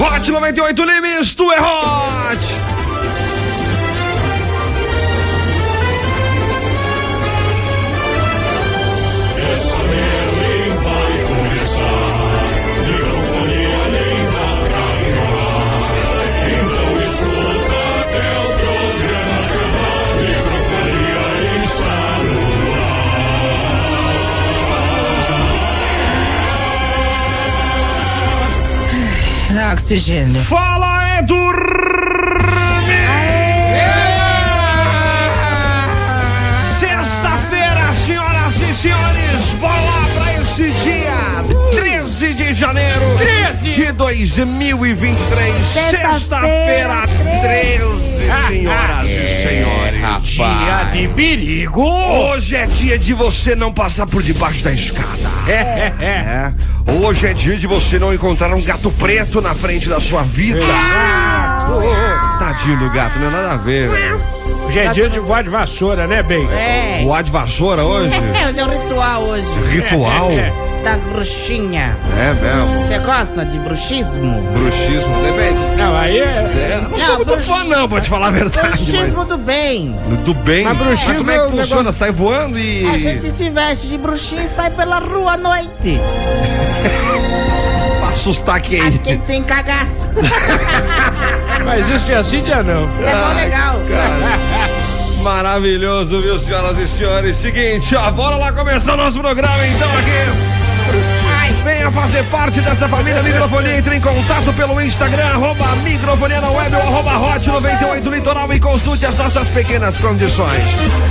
Hot 98 Limes, tu é hot! Dá oxigênio. Fala é dormir! Sexta-feira, senhoras e senhores, bola pra esse dia! 13 de janeiro de 2023, Sexta-feira, sexta-feira 13, senhoras e senhores. Dia de perigo! Hoje é dia de você não passar por debaixo da escada. É. Hoje é dia de você não encontrar um gato preto na frente da sua vida. É. Tadinho do gato, não é nada a ver. Hoje é dia de voar de vassoura, né, bem? É. Voar de vassoura hoje? É, hoje é um ritual hoje. Ritual? É, É Das bruxinhas. mesmo. Você gosta de bruxismo? Bruxismo, depende. Não, aí é. É, não sou Não, muito bruxi- fã, não, pra te falar a verdade. Bruxismo do bem. Mas, do bem. Mas bruxismo como é é que um funciona? negócio- Sai voando e. A gente se veste de bruxinha e sai pela rua à noite. Pra assustar quem? Aí quem tem cagaço. Mas isso de assim dia não. É mó legal. Maravilhoso, viu, senhoras e senhores? Seguinte, ó, bora lá começar o nosso programa então aqui. Ai, Venha fazer parte dessa família Microfonia, entre em contato pelo Instagram, arroba microfonia na web ou arroba hot 98 litoral e consulte as nossas pequenas condições.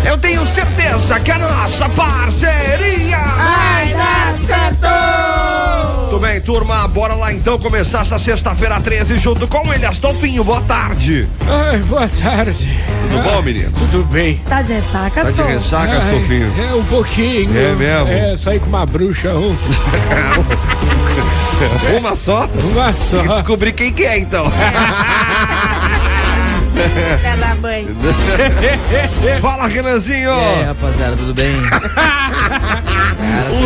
Eu tenho certeza que a nossa parceria... ai, dá certo! Muito bem, turma, bora lá então começar essa sexta-feira 13 junto com ele, Astolfinho, boa tarde. Ai, boa tarde. Ah, Tudo bom, menino? Tudo bem. Tá de ressaca, Tá de Tom? ressaca, Astolfinho? Ai, é um pouquinho. É mesmo? É, saí com uma bruxa ontem. Uma só? Uma só. Tem que descobrir quem que é, então. Filha da mãe. Fala, Renanzinho! É, rapaziada, tudo bem?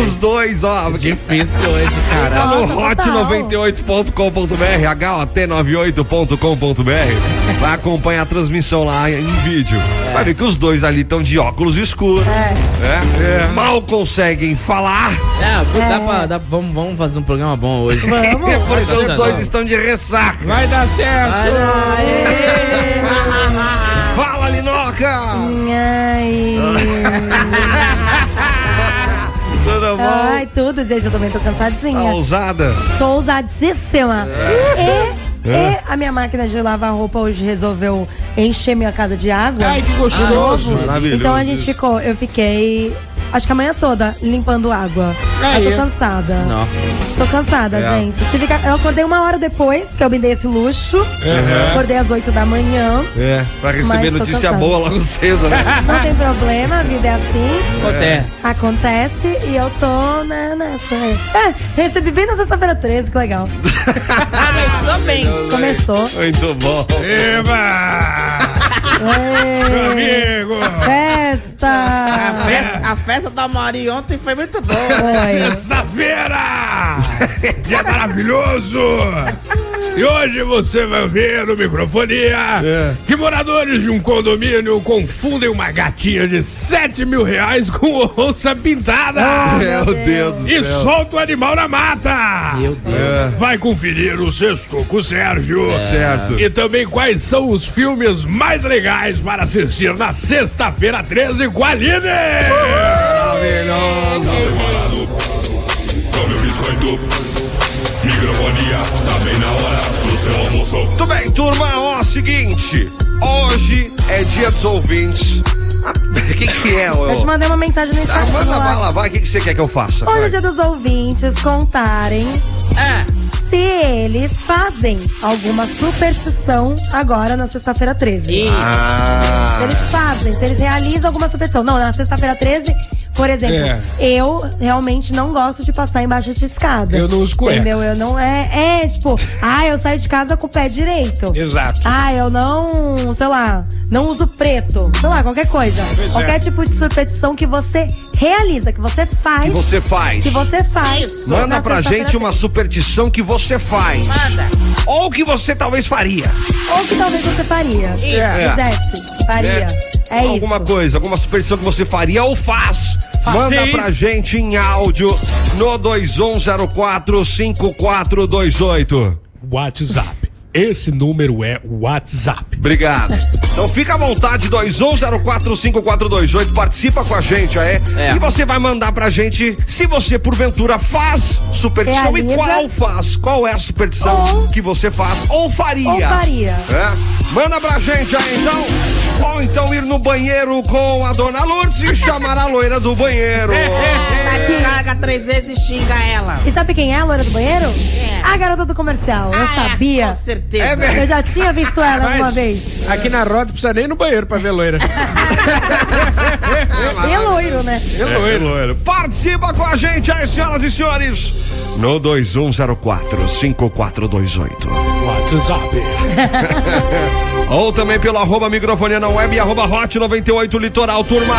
Os dois, ó. É Difícil hoje, cara. Tá no Nossa, total. hot98.com.br, hot98.com.br. Vai acompanhar a transmissão lá em vídeo. É. Vai ver que os dois ali estão de óculos escuros. É. né? Mal conseguem falar É, pô, dá pra, dá- vamos, vamos fazer um programa bom hoje. porque tá os dando. dois estão de ressaca. Vai dar certo. Fala, Linoca! Ai, Tudo ai, bom? tudo, gente, eu também tô Tá cansadinha. ousada? Sou ousadíssima. É. E, e a minha máquina de lavar roupa hoje resolveu encher minha casa de água. Ai, que gostoso. Maravilhoso. então a gente ficou, eu fiquei, acho que a manhã toda, limpando água. Aí. Eu tô cansada. Nossa. Tô cansada, É. gente. Tive que- Eu acordei uma hora depois, porque eu me dei esse luxo. Acordei às 8 da manhã. É, pra receber Mas tô notícia cansada. boa logo cedo, né? Não tem problema, a vida é assim. Acontece. Acontece e eu tô né, nessa. É, recebi bem na sexta-feira 13, que legal. Começou bem. Começou. Muito bom. Eba! Ê, Amigo! A festa! festa, a festa da Mari ontem foi muito boa. É. Oi. Sexta-feira! Dia maravilhoso! E hoje você vai ver no Microfonia É. que moradores de um condomínio confundem uma gatinha de 7 mil reais com onça pintada Ah, Meu Deus do céu. e solta o animal na mata! Meu Deus. É. É, Vai conferir o sexto com o Sérgio. certo. E também quais são os filmes mais legais para assistir na sexta-feira 13 com a Aline! Maravilhoso. tá Come biscoito. Microfonia, tá bem na hora do seu almoço. Muito bem, turma, ó, seguinte. Hoje é dia dos ouvintes. Ah, O que, que é, ô? Eu te mandei uma mensagem no Ah, Instagram. manda lá. bala, vai. O que, que você quer que eu faça? Hoje é Vai. dia dos ouvintes contarem Ah, se eles fazem alguma superstição agora na sexta-feira 13. e Ah, Se eles fazem, se eles realizam alguma superstição. Não, na sexta-feira 13 Por exemplo, É. eu realmente não gosto de passar embaixo de escada. Eu não uso cueca. Entendeu? Eu não é. É, tipo, ah, eu saio de casa com o pé direito. Exato. Ah, eu não, sei lá, não uso preto. Sei lá, qualquer coisa. Pois é. qualquer tipo de superstição que você realiza, que você faz. Que você faz. que você faz. Isso. Manda na pra sexta-feira gente uma superstição que você faz. Manda. Ou que você talvez faria. Ou que talvez você faria. Isso. É. Fizesse, faria. É, isso. Né? Alguma coisa, alguma superstição que você faria ou faz. Manda pra gente em áudio no 21045428. WhatsApp. Esse número é WhatsApp. Obrigado. Então fica à vontade, 21045428, participa com a gente aí. É. E você vai mandar pra gente se você porventura faz superstição e Realiza. qual faz, qual é a superstição É Ou- que você faz ou faria. Ou faria. É? Manda pra gente aí então. Ou então ir no banheiro com a dona Lourdes e chamar a loira do banheiro. É. É Carga três vezes e xinga ela. E sabe quem é a loira do banheiro? É. A garota do comercial. Eu Ah, sabia. Com certeza. É verdade. Eu já tinha visto ela alguma vez. aqui na roda precisa nem ir no banheiro pra ver loira. E é loiro, né? É loira. Participa com a gente aí, senhoras e senhores. No 21045428. WhatsApp. Ou também pelo arroba microfonia na web e arroba hot 98 litoral, turma.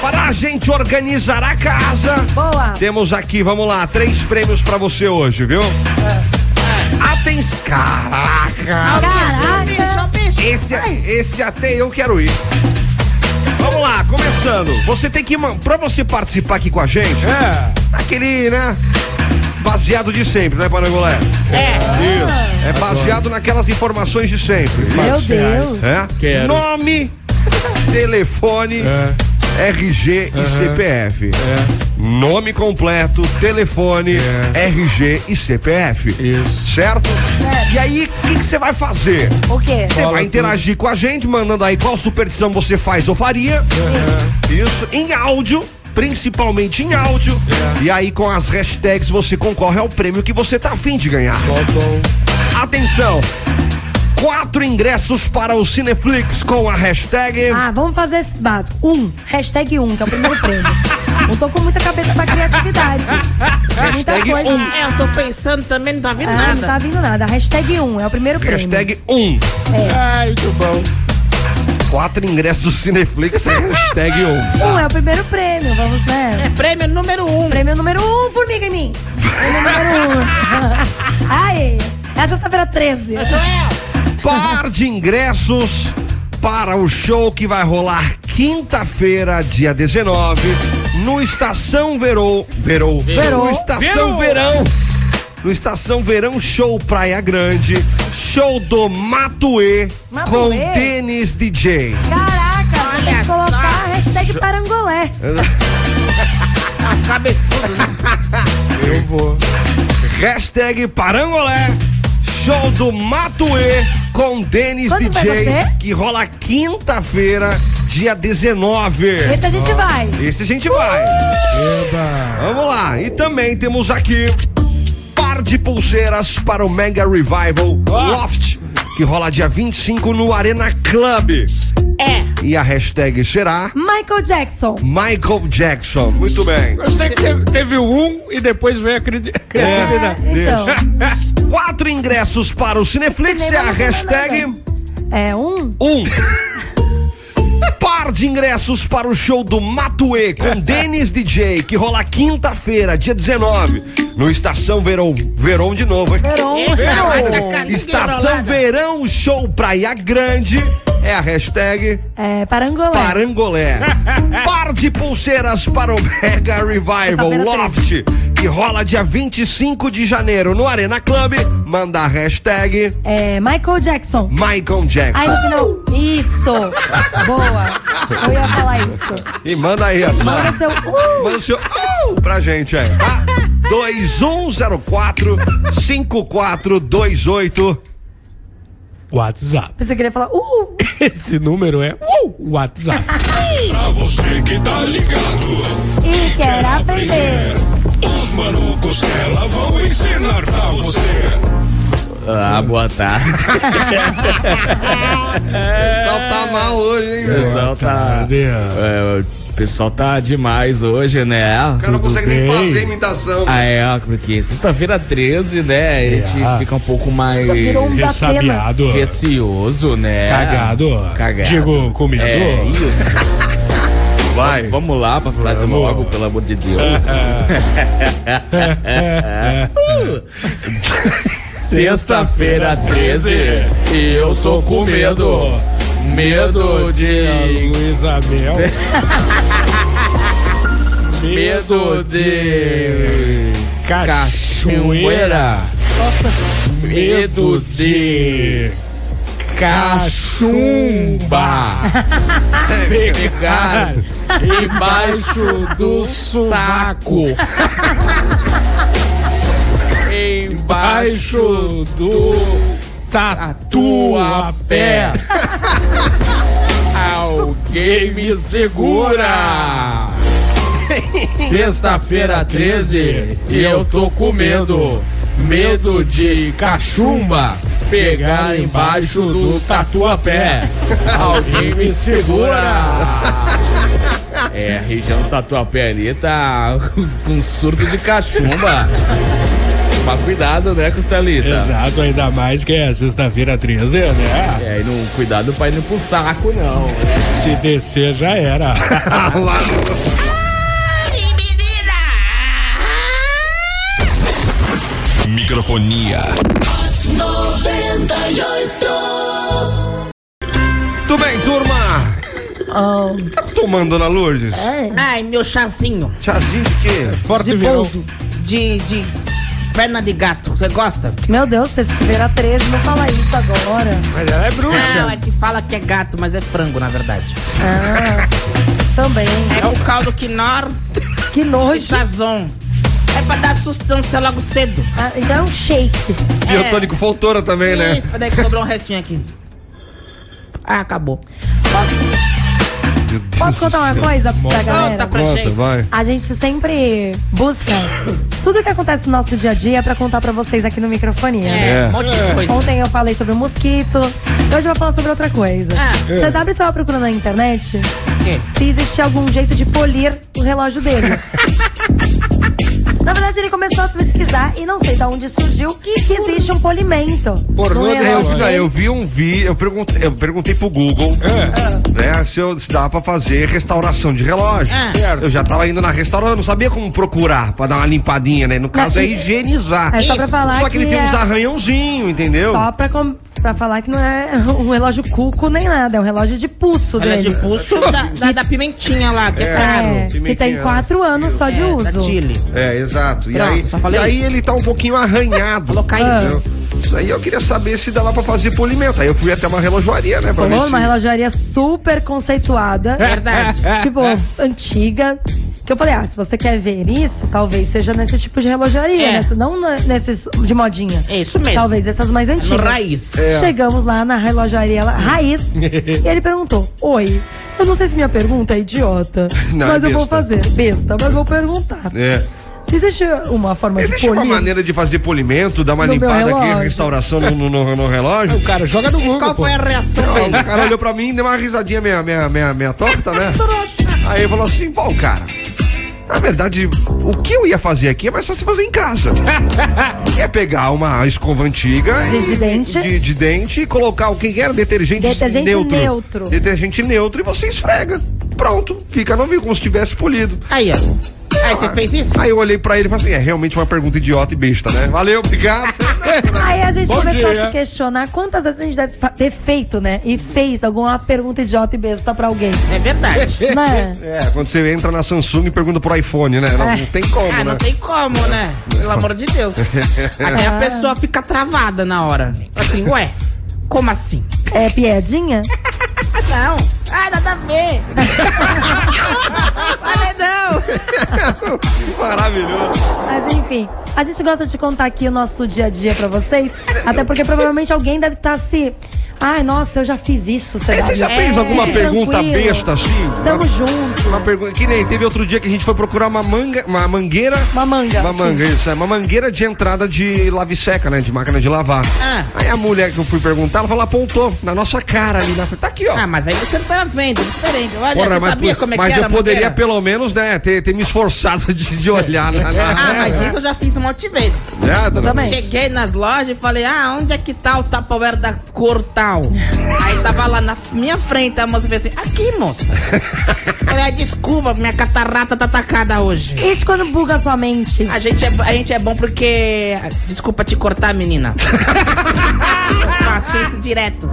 Para a gente organizar a casa. Boa. Temos aqui, vamos lá, três prêmios pra você hoje, viu? Atenção. Caraca. Caraca. Esse, esse até eu quero ir. Vamos lá, começando. Você tem que. man- Pra você participar aqui com a gente, É. Aquele, né? Baseado de sempre, né, Parangolé? É. Isso. É baseado naquelas informações de sempre. Meu Quantos reais? Deus. É? Quero. Nome, telefone, É. RG e CPF. Nome completo, telefone, RG e CPF. É. Isso. Certo? E aí, o que que você vai fazer? O quê? Você Fala vai interagir com a gente, mandando aí qual superstição você faz ou faria. Uhum. Isso, em áudio, principalmente em áudio. É. E aí, com as hashtags, você concorre ao prêmio que você tá afim de ganhar. Atenção! Quatro ingressos para o Cineflix com a hashtag. Ah, vamos fazer esse básico. Um, hashtag um, que é o primeiro prêmio. Não tô com muita cabeça pra criatividade. É muita Hashtag um. coisa. É, eu tô pensando também, não tá vindo Ah, não nada. tá vindo nada. Hashtag um, é o primeiro prêmio. Hashtag 1. Um. É. Ai, muito bom. Quatro ingressos Cineflix e hashtag 1. Um. Um é o primeiro prêmio, vamos, né? É prêmio número um. Prêmio número um, formiga em mim. Prêmio número um. Ai, é sexta-feira 13. Joel, par de ingressos para o show que vai rolar quinta-feira, dia 19, no Estação Verão. Verão. Verão. No Estação Verão. Verão. No Estação Verão Show Praia Grande, show do Matuê Matuê? com Denis DJ. Caraca, vai ter Olha que só. colocar a hashtag parangolé. a cabeçuda, né? Eu vou. Hashtag Parangolé. Show do Matuê com Denis Quando vai DJ, você? que rola quinta-feira, dia 19. Esse a gente vai. Esse a gente vai. Eba. Vamos lá, e também temos aqui par de pulseiras para o Mega Revival Loft, que rola dia 25 no Arena Club. É. E a hashtag será Michael Jackson. Michael Jackson. Muito bem. Gostei que teve, teve o um e depois veio a cri- É, criatividade. então. Quatro ingressos para o Cineflix e Cinema a não tem hashtag nada. É um? um. Par de ingressos para o show do Matuê com Denis DJ, que rola quinta-feira, dia 19, no Estação Verão. Verão de novo, hein? Verão. Eita, vai tacar ninguém Estação enrolada. Verão Show Praia Grande é a hashtag É, parangolé. Parangolé. Par de pulseiras para o Mega Revival Estação Verão Loft, que rola dia 25 de janeiro no Arena Club. Manda a hashtag É, Michael Jackson. Michael Aí Jackson. no final, isso! Boa! Eu ia falar isso. E manda aí a sua. Manda seu. Uh, Manda o seu uh, pra gente aí, tá? 2104 5428 WhatsApp. pensei que ele ia falar. Uh! Esse número é o WhatsApp. Pra você que tá ligado, E quer aprender. os malucos dela vão ensinar pra você. Ah, boa tarde. Então tá mal hoje, hein, velho? pessoal tá. Cadê? É, pessoal tá demais hoje, né? O cara não consegue nem fazer imitação. Ah, é, porque sexta-feira 13, né? A gente É. fica um pouco mais Virou um da pena. Ressabiado. receoso, né? Cagado. Cagado. Digo, comedor. É isso. Vai. Vamos lá pra frase Vamos. logo, pelo amor de Deus. Sexta-feira 13, e eu tô com medo. Medo de. Isabel. Medo de. Cachoeira. Medo de. Cachumba. É. Pegar embaixo do sovaco. Embaixo do tatuapé. Alguém me segura. Sexta-feira 13 e eu tô com medo. Medo de cachumba pegar embaixo do tatuapé. Alguém me segura. É, a região do tatuapé ali tá com surto de cachumba. Mas cuidado, né, Tá. Costelita? Exato, ainda mais que é sexta-feira 13, né? É, e não, cuidado pra ir não pro saco, não. Se descer já era. Microfonia. Tudo bem, turma? Oh. Tá tomando, Dona Lourdes? É? Ai, meu chazinho Chazinho de quê? Forte de verão. boldo, de, de perna de gato. Você gosta? Meu Deus, sexta-feira 13, não fala isso agora. Mas ela é bruxa. Não, é que fala que é gato, mas é frango, na verdade. Ah, também. É o caldo quinor É. Que e nojo. sazon. É pra dar sustância logo cedo. Ah, então é um shake. Biotônico Fontoura também, né? Isso, daí que sobrou um restinho aqui. Ah, acabou. Posso- Posso contar uma coisa tá pra Conta galera? pra gente. vai. A gente sempre busca tudo que acontece no nosso dia a dia pra contar pra vocês aqui no microfonia. né? É, um monte de coisa. Ontem eu falei sobre o mosquito, hoje eu vou falar sobre outra coisa. Ah. Você W estava procurando na internet quê? se existia algum jeito de polir o relógio dele. na verdade, ele começou a pesquisar e não sei de onde surgiu que, existe um polimento. no É, eu, relógio vi, não, dele. eu vi um vi, eu perguntei, eu perguntei pro Google né, se, eu, se dá pra fazer restauração de relógio. É. Eu já tava indo na restauração, eu não sabia como procurar pra dar uma limpadinha, né? No caso é e- higienizar. É só pra falar Só que ele que tem uns é- arranhãozinho, entendeu? Só pra, com- pra falar que não é um relógio cuco nem nada, é um relógio de pulso Ela é dele. de pulso da, da, da pimentinha lá, que é, caro. É, que tem Pimentinha. quatro anos só de É, uso. Da Chile. É, exato. E Pronto, aí, só falei e aí isso. ele tá um pouquinho arranhado. Falou caído. entendeu? Isso aí eu queria saber se dá lá pra fazer polimento. Aí eu fui até uma relojoaria, né? Pra ver Falou se... uma relojaria super conceituada. assim? Verdade. tipo, antiga. Que eu falei, ah, se você quer ver isso, talvez seja nesse tipo de relojaria, É. nessa- não na- nesses de modinha. É isso mesmo. É Talvez essas mais antigas. raiz. É. Chegamos lá na relojaria lá- raiz e ele perguntou: Oi, eu não sei se minha pergunta é idiota, Não, é mas eu vou besta. fazer. Besta, mas vou perguntar. É. Existe uma forma Existe de polir? uma maneira de fazer polimento, dar uma No meu limpada aqui, relógio. restauração no, no- no- no relógio? O cara joga no Google. Qual pô. foi a reação Aí O dele? cara olhou pra mim, deu uma risadinha meia, meia, meia, meia torta, né? Aí falou assim, bom, cara, na verdade, o que eu ia fazer aqui é mais só se fazer em casa. Que é pegar uma escova antiga De- de e- dente. de, de dente e colocar o que era detergente, Detergente neutro. neutro. Detergente neutro e você esfrega. Pronto, fica novinho, como se tivesse polido. Aí, ó. Aí você fez isso? Aí eu olhei pra ele e falei assim, é realmente uma pergunta idiota e besta, né? Valeu, obrigado. Aí a gente Bom começou dia. a se questionar quantas vezes a gente deve fa- ter feito, né? E fez alguma pergunta idiota e besta pra alguém. É verdade. né? É, quando você entra na Samsung e pergunta pro iPhone, né? Não, É. não tem como, Ah, né? não tem como, né? Pelo amor de Deus. Até a pessoa fica travada na hora. Assim, ué, como assim? É piadinha? Ah, não. Ah, nada a ver. Olha, não. Maravilhoso. Mas enfim, a gente gosta de contar aqui o nosso dia a dia pra vocês, até porque provavelmente alguém deve estar se Ai, nossa, eu já fiz isso, Aí É, Você já fez alguma É, Fique pergunta tranquilo. besta, assim? Tamo Uma- junto. Uma pergunta que nem teve outro dia que a gente foi procurar uma manga, uma mangueira. Uma manga. Uma manga, isso é. Uma mangueira de entrada de lave seca, né? De máquina de lavar. Ah. Aí a mulher que eu fui perguntar, ela falou, apontou na nossa cara ali. Na... frente. Tá aqui, ó. Ah, mas aí você tá vendo, diferente. Olha, Porra, você sabia pô, como é mas que era eu poderia Mangueira? pelo menos, né, ter, ter me esforçado de, de olhar né, na, Ah, na... mas isso eu já fiz um monte de vezes. É, dona- também. Cheguei nas lojas e falei, ah, onde é que tá o Tupperware da cor tal? Aí tava lá na minha frente, a moça fez assim, aqui, moça. Falei, ah, desculpa, minha catarata tá atacada hoje. Gente, quando buga a sua mente. A gente, é, a gente é bom porque... Desculpa te cortar, menina. Eu faço isso direto.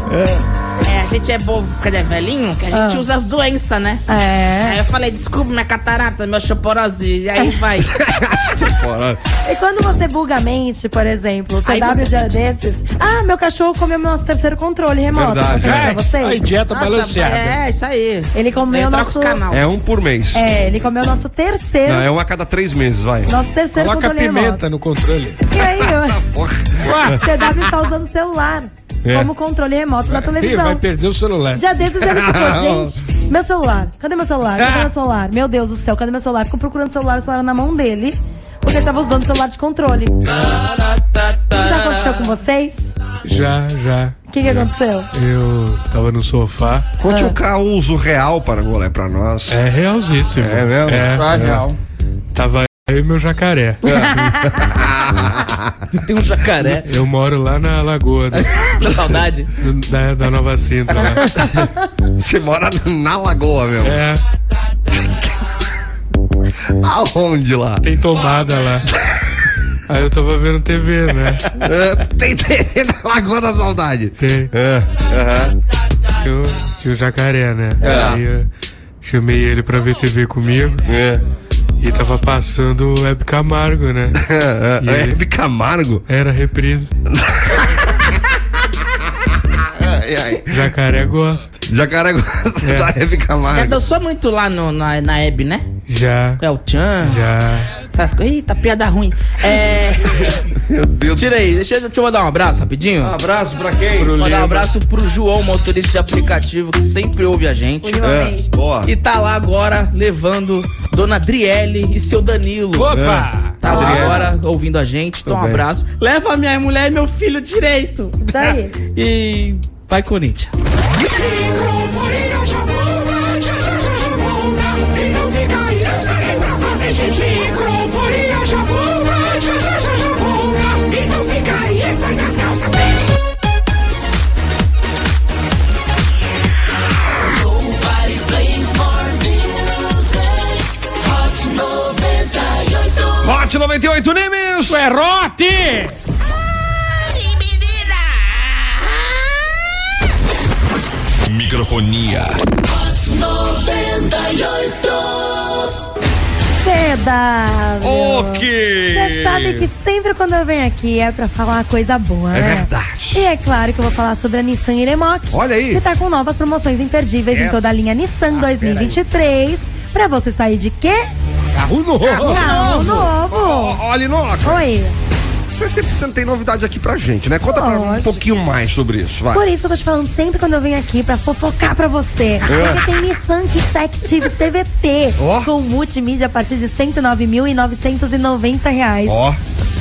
É. a gente é bom porque é velhinho, que a gente Ah. usa as doenças, né? Ah, Aí É. eu falei, desculpa minha catarata, meu choporose, e É. aí vai. E quando você buga a mente, por exemplo, você Aí dá você um dia desses. Ah, meu cachorro comeu meu nosso terceiro controle remoto. Verdade, Aconteceu pra é. vocês? A dieta Nossa, balanceada. é, isso aí. Ele comeu Aí troca nosso. os canal. É um por mês. É, ele comeu nosso terceiro. Não, é um a cada três meses, vai. Nosso terceiro Coloca controle remoto. pimenta no controle. E aí, ó, Porra. você dá pra tá usando o celular É. como controle remoto na Ih, televisão. vai perder o celular. Dia desses ele ficou, gente, meu celular, cadê meu celular? É. Cadê meu celular? Meu Deus do céu, cadê meu celular? Ficou procurando o celular, o celular na mão dele, porque ele tava usando o celular de controle. Isso já aconteceu com vocês? Já, já. O que, que aconteceu? Eu tava no sofá. Conte Ah. um caso real para Golé pra nós. É realzíssimo. É mesmo? É, real. Tava eu e meu jacaré. Tem um jacaré. Eu moro lá na lagoa do- Dá saudade. do- da, da Nova Sintra. né? Lá. Você mora na lagoa, meu. É, Aonde lá? tem tomada lá. Aí eu tava vendo TV, né? É, tem terreno na Lagoa da Saudade. Tem. É, aham. Tinha o- tinha o jacaré, né? Aí eu chamei ele pra ver TV comigo. É, E tava passando o Web Camargo, né? é, E é, ele? Hebe Camargo? Era reprise. É, Ai, ai. Jacaré gosta. Jacaré gosta É. da Hebe Já Camargo. dançou muito lá no, na, na Hebe, né? Já, É o Tchan, já. essas coisas. Eita, piada ruim. É. um Meu Deus. Tira aí, deixa, deixa eu mandar um abraço rapidinho. Um abraço pra quem? mandar um abraço pro João, motorista de aplicativo, que sempre ouve a gente. É, boa. E tá lá agora levando Dona Adriele e seu Danilo. É. Opa! Tá lá Adriele. agora ouvindo a gente. Então um bem. abraço. Leva minha mulher e meu filho direito. Daí. E vai, Corinthians. Microfonia já volta, já já já já volta. Então fica aí, eu saí pra fazer xixi. Microfonia já volta, já já já já volta. Então fica aí, faz as calças, fecha. Hot 98 Nimes! Ferrote! Microfonia. Seda! O que? Você sabe que sempre quando eu venho aqui é pra falar coisa boa, É né? verdade. E é claro que eu vou falar sobre a Nissan Iremoc. Olha aí. É. Ah, Que tá com novas promoções imperdíveis em toda a linha Nissan 2023. Pra você sair de quê? Carro novo! Carro novo! Ó, Olha, Inoca, Oi. você sempre tem novidade aqui pra gente, né? Conta pra um Lógico. pouquinho mais sobre isso, vai. Por isso que eu tô te falando sempre quando eu venho aqui pra fofocar pra É. você. Porque tem Nissan Kicks Active CVT Ó. com multimídia a partir de R$ 109.990. reais. Ó,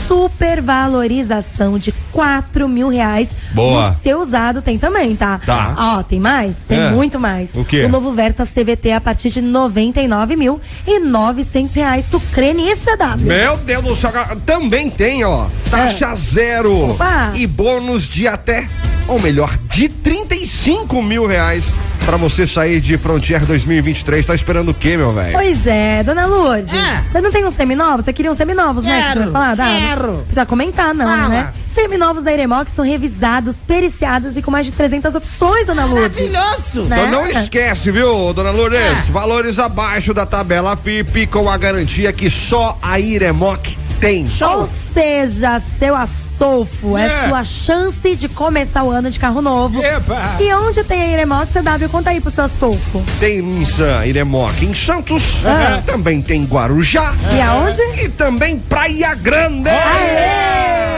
Supervalorização de 4 mil reais. Boa. No seu usado tem também, tá? Tá. Ó, tem mais? Tem É. muito mais. O quê? O novo Versa CVT a partir de 99 mil e 900 reais. Tu crê nisso, CW? meu Deus do céu, cara. também tem, ó, taxa zero É. Opa. e bônus de até, ou melhor, de 35 mil reais pra você sair de Frontier 2023. Tá esperando o quê, meu velho? Pois é, dona Lourdes. É. Você não tem uns seminovos? Você queria uns seminovos, né? Que você Quero, vai falar? Ah, quero. não Precisa comentar, não, Fala. né? Seminovos da Iremox são revisados, periciados e com mais de 300 opções, dona Lourdes. Maravilhoso! Então não né? esquece, viu, dona Lourdes? É. Valores abaixo da tabela FIP com a garantia que só a Iremoc tem. Ou seja, seu Astolfo, é É. sua chance de começar o ano de carro novo. Epa! É. E onde tem a Iremox CW? Conta aí pro seu Astolfo. Tem Nissan Iremoc em Santos, né? também tem Guarujá E aonde? e também Praia Grande. Aê!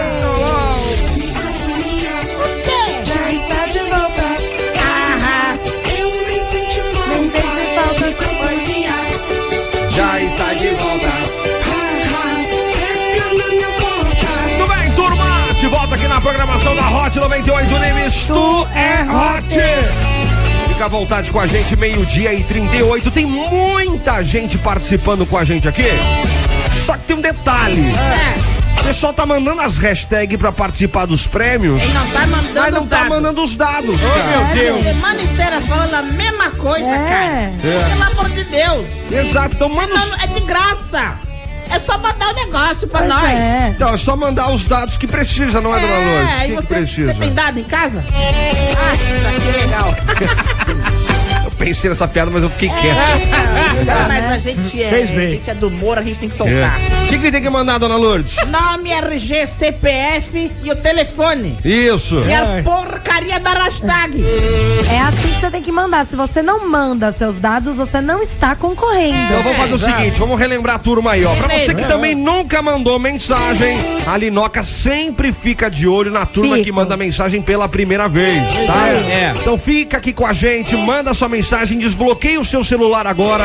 Já está de volta, programação da Hot 98 Nimes. Tu é Hot. Fica à vontade com a gente, meio-dia e 38. Tem muita gente participando com a gente aqui. Só que tem um detalhe. É. O pessoal tá mandando as hashtags pra participar dos prêmios, Ele não tá mandando mas não os tá dados. mandando os dados, É. cara. Meu Deus. Semana inteira falando a mesma coisa, É. cara. Pelo amor de Deus. Exato, então manda os... Não, é de graça. É só mandar o negócio pra Pois nós. é. Então, é só mandar os dados que precisa, não é, dona Lourdes? aí Quem que você, precisa? você tem dado em casa? Nossa, que legal. Eu pensei nessa piada, mas eu fiquei É. quieto. Não, mas a gente é. Fez bem. A gente é do humor, a gente tem que soltar. O que, que tem que mandar, dona Lourdes? Nome, RG, CPF e o telefone. Isso. E a porcaria da hashtag. É assim que você tem que mandar. Se você não manda seus dados, você não está Então concorrendo. vamos fazer o seguinte, vamos relembrar a turma aí, É ó. Pra você que também nunca mandou mensagem, a Linoca sempre fica de olho na turma Fica. que manda mensagem pela primeira É, vez, tá? Então fica aqui com a gente, manda sua mensagem, desbloqueia o seu celular agora,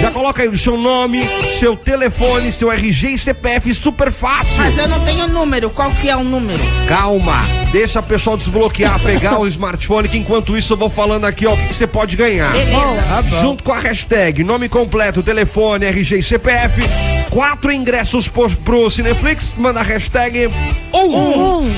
já coloca aí o seu nome, seu telefone, seu RG e CPF, super fácil. Mas eu não tenho número. Qual que é o número? Calma, deixa o pessoal desbloquear, pegar o smartphone, que enquanto isso eu vou falando aqui, ó, o que que você pode ganhar. Beleza. Junto com a hashtag, nome completo, telefone, RG e CPF, quatro ingressos pro, pro Cineflix, manda a hashtag um. Um.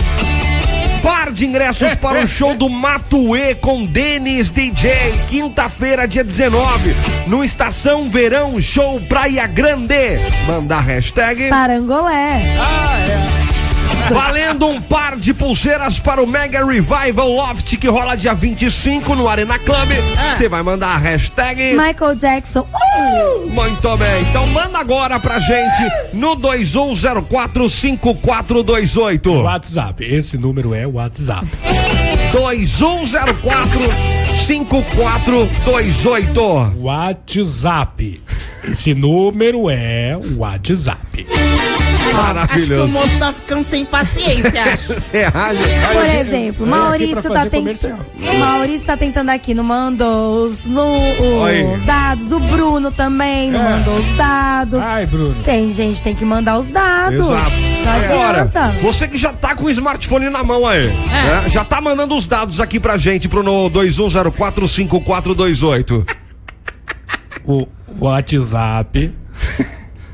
Par de ingressos para o show do Matuê com Denis DJ, quinta-feira, dia 19, no Estação Verão Show Praia Grande. Manda a É. hashtag. Parangolé. Valendo um par de pulseiras para o Mega Revival Loft que rola dia 25 no Arena Club. Você vai mandar a hashtag. Michael Jackson. Uh! Muito bem, então manda agora pra gente no 21045428. WhatsApp. Esse número é WhatsApp. 21045428. WhatsApp. Esse número é WhatsApp. Acho que o Maravilhoso. É, ah, moço tá ficando sem paciência. acho. Você acha? Por exemplo, Maurício pra tá, fazer tent... comercial. Maurício tá tentando aqui, não mandou os, no- Oi. os dados. O Bruno também não É. Ah. mandou os dados. Ai, Bruno. Tem gente, tem que mandar os dados. Exato. Não Agora, adianta. você que já tá com o smartphone na mão aí, né? já tá mandando os dados aqui pra gente pro no 21045428. O WhatsApp.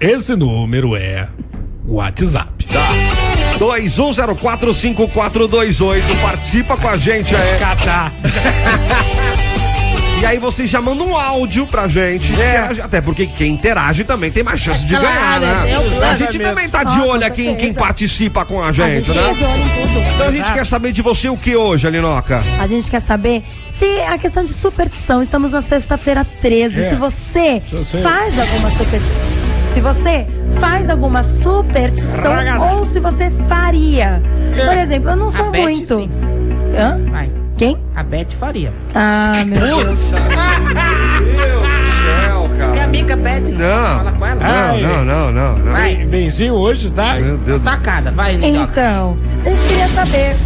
Esse número é WhatsApp. 21045428. Participa com a gente aí. Catar. E aí você já manda um áudio pra gente. Interage- Até porque quem interage também tem mais chance de Claro, ganhar, né? é o a claro gente mesmo. também tá Ah, de com olho aqui em quem certeza. participa com a A gente, gente, né? resolve tudo. Então a gente quer saber de você o que hoje, Alinoca? A gente quer saber se a questão de superstição, estamos na sexta-feira 13. É. Se você você- faz alguma superstição. Se você faz alguma superstição ou se você faria. Por exemplo, eu não sou A Beth, muito. sim. Hã? Vai. Quem? A Beth faria. Ah, meu Deus. Céu, Minha cara. É amiga Beth. Ah. né? Não. Fala com ela. Não, não, não, não. não. Vai. Benzinho hoje, tá? Meu Deus. do céu. Tacada, vai, Nidoca. Então, a gente queria saber.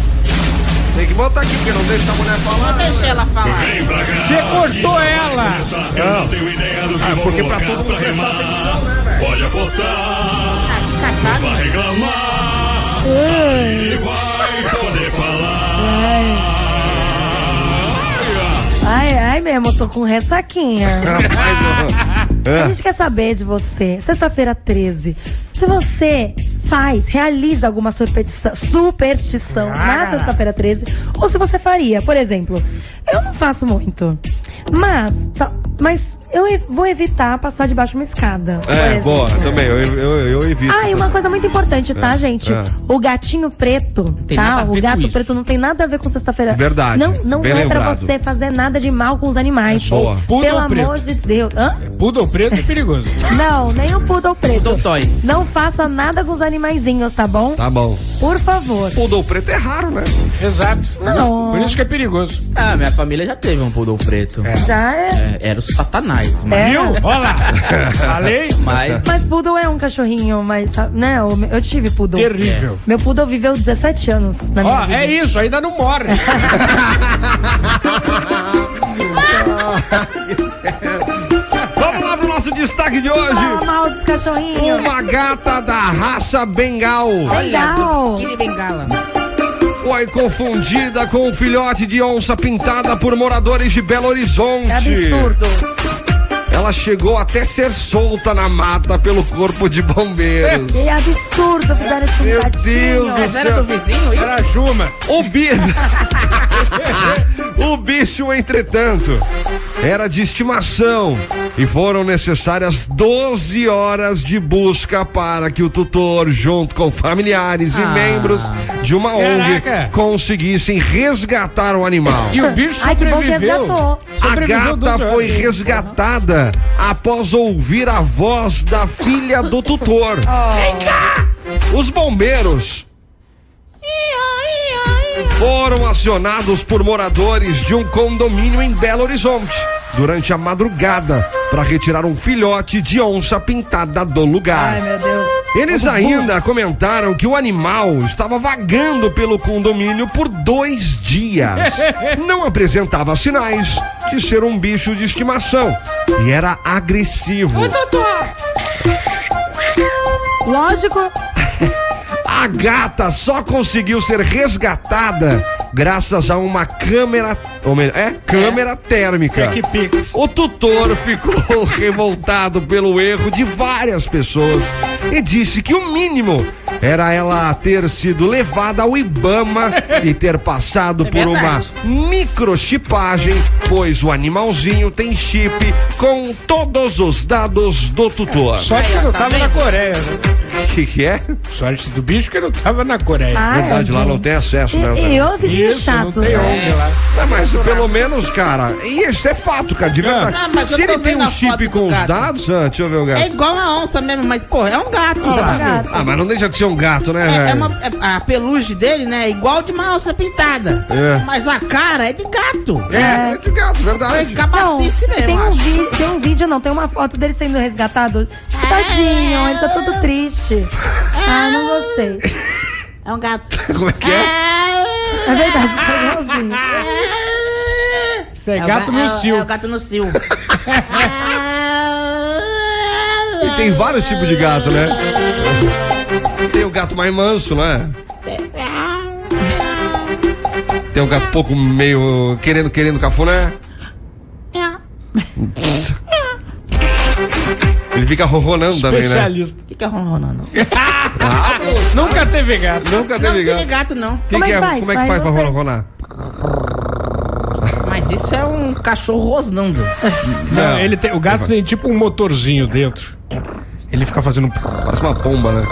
Tem que voltar aqui porque não deixa a mulher falar. Deixa ela falar. Vem pra cá. Você cortou ela. Eu não tenho ideia do que vou pra colocar pra, todo mundo rimar. Pode apostar, Tacada. vai reclamar. Ele vai poder falar. Ai, ai mesmo, eu tô com ressaquinha. É, A gente quer saber de você, sexta-feira 13. Se você faz, realiza alguma superstição, superstição Ah. na sexta-feira 13, ou se você faria, por exemplo, eu não faço muito. Mas, tá- mas eu e- vou evitar passar debaixo de uma escada. por É, exemplo. boa, também. Eu, eu, eu evito. Ah, e uma coisa muito importante, tá, gente? é. O gatinho preto, tem nada tá? a ver O com gato isso. preto não tem nada a ver com sexta-feira. Verdade. Não, não Bem é pra lembrado. É você fazer nada de mal com os animais. Boa. Poodle Pelo preto. amor de Deus. Hã? Poodle preto é perigoso. Não, nem o poodle preto. Doutor. Não faça nada com os animaizinhos, tá bom? Tá bom. Por favor. Poodle preto é raro, né? Exato. Não. Por isso que é perigoso. Ah, minha família já teve um poodle preto. Já é. É, era o satanás, mas... É. Viu? Olha lá. Falei? Mas Mas poodle é um cachorrinho, mas né? Eu, eu tive poodle. É Terrível. Meu poodle viveu 17 anos na minha Ó, vida. é isso, ainda não morre. Vamos lá pro nosso destaque de Fala hoje. mal dos cachorrinhos. Uma gata da raça Bengal. Legal. Kiri Bengala. foi confundida com um filhote de onça pintada por moradores de Belo Horizonte. É absurdo. Ela chegou até ser solta na mata pelo corpo de bombeiros. Que é absurdo fizeram esse Meu gatinho. Deus do Mas era É do vizinho isso? Era Juma. O bicho. o bicho, entretanto, era de estimação e foram necessárias 12 horas de busca para que o tutor, junto com familiares e membros de uma Ah. Caraca. ONG, conseguissem resgatar o animal. E o bicho Ai, que bom que sobreviveu. resgatou. A Sobreviveu do gata outro foi lado. resgatada após ouvir a voz da filha do tutor. Os bombeiros foram acionados por moradores de um condomínio em Belo Horizonte durante a madrugada para retirar um filhote de onça pintada do lugar. Ai, meu Deus. Eles ainda comentaram que o animal estava vagando pelo condomínio por dois dias. Não apresentava sinais de ser um bicho de estimação e era agressivo. Lógico. A gata só conseguiu ser resgatada graças a uma câmera, ou melhor, é câmera térmica. Que pix. O tutor ficou revoltado pelo erro de várias pessoas e disse que o mínimo era ela ter sido levada ao Ibama e ter passado É por uma microchipagem, pois o animalzinho tem chip com todos os dados do tutor. Sorte Tá que eu tava na Coreia. né? O que, que é? Sorte do bicho que eu não tava na Coreia. Ai, Verdade, lá não tem acesso, né? E, e ô, vizinho Ah, chato. né? não tem ONG lá. Ah, mas pelo menos, cara, e isso é fato, cara, de verdade. Não, Ah, mas eu Se tô ele tem vendo um a chip foto com do os gato. dados, ah, deixa eu ver o É gato. igual a onça mesmo, mas, porra, é um gato. dá pra ver. Ah, mas não deixa de ser um gato, né, velho? É, é uma, é- a peluche dele, né? É igual de uma onça pintada. É. Mas a cara é de gato. É de gato, verdade. Não, Cabacice mesmo. tem, um acho. vi- tem um vídeo, não, tem uma foto dele sendo resgatado. Tipo, tadinho, ele tá todo triste. Ah, não gostei. É um gato. Como é que é? É verdade, tá igualzinho. Isso é, o gato ga- é no o- cio. É o gato no cio. E tem vários tipos de gato, né? Tem o gato mais manso, né? Tem o gato pouco meio querendo, querendo cafuné. É. Ele fica ronronando Tá também, né? Especialista. O que, que é ronronando? Nunca teve gato. Nunca Não teve tive gato. gato, não. Que Como é que que é? faz? Como é que Faz faz pra você. ronronar? Mas isso é um cachorro rosnando. Não, Não, ele tem, o gato tem tipo um motorzinho dentro. Ele fica fazendo. um- Parece uma pomba, né?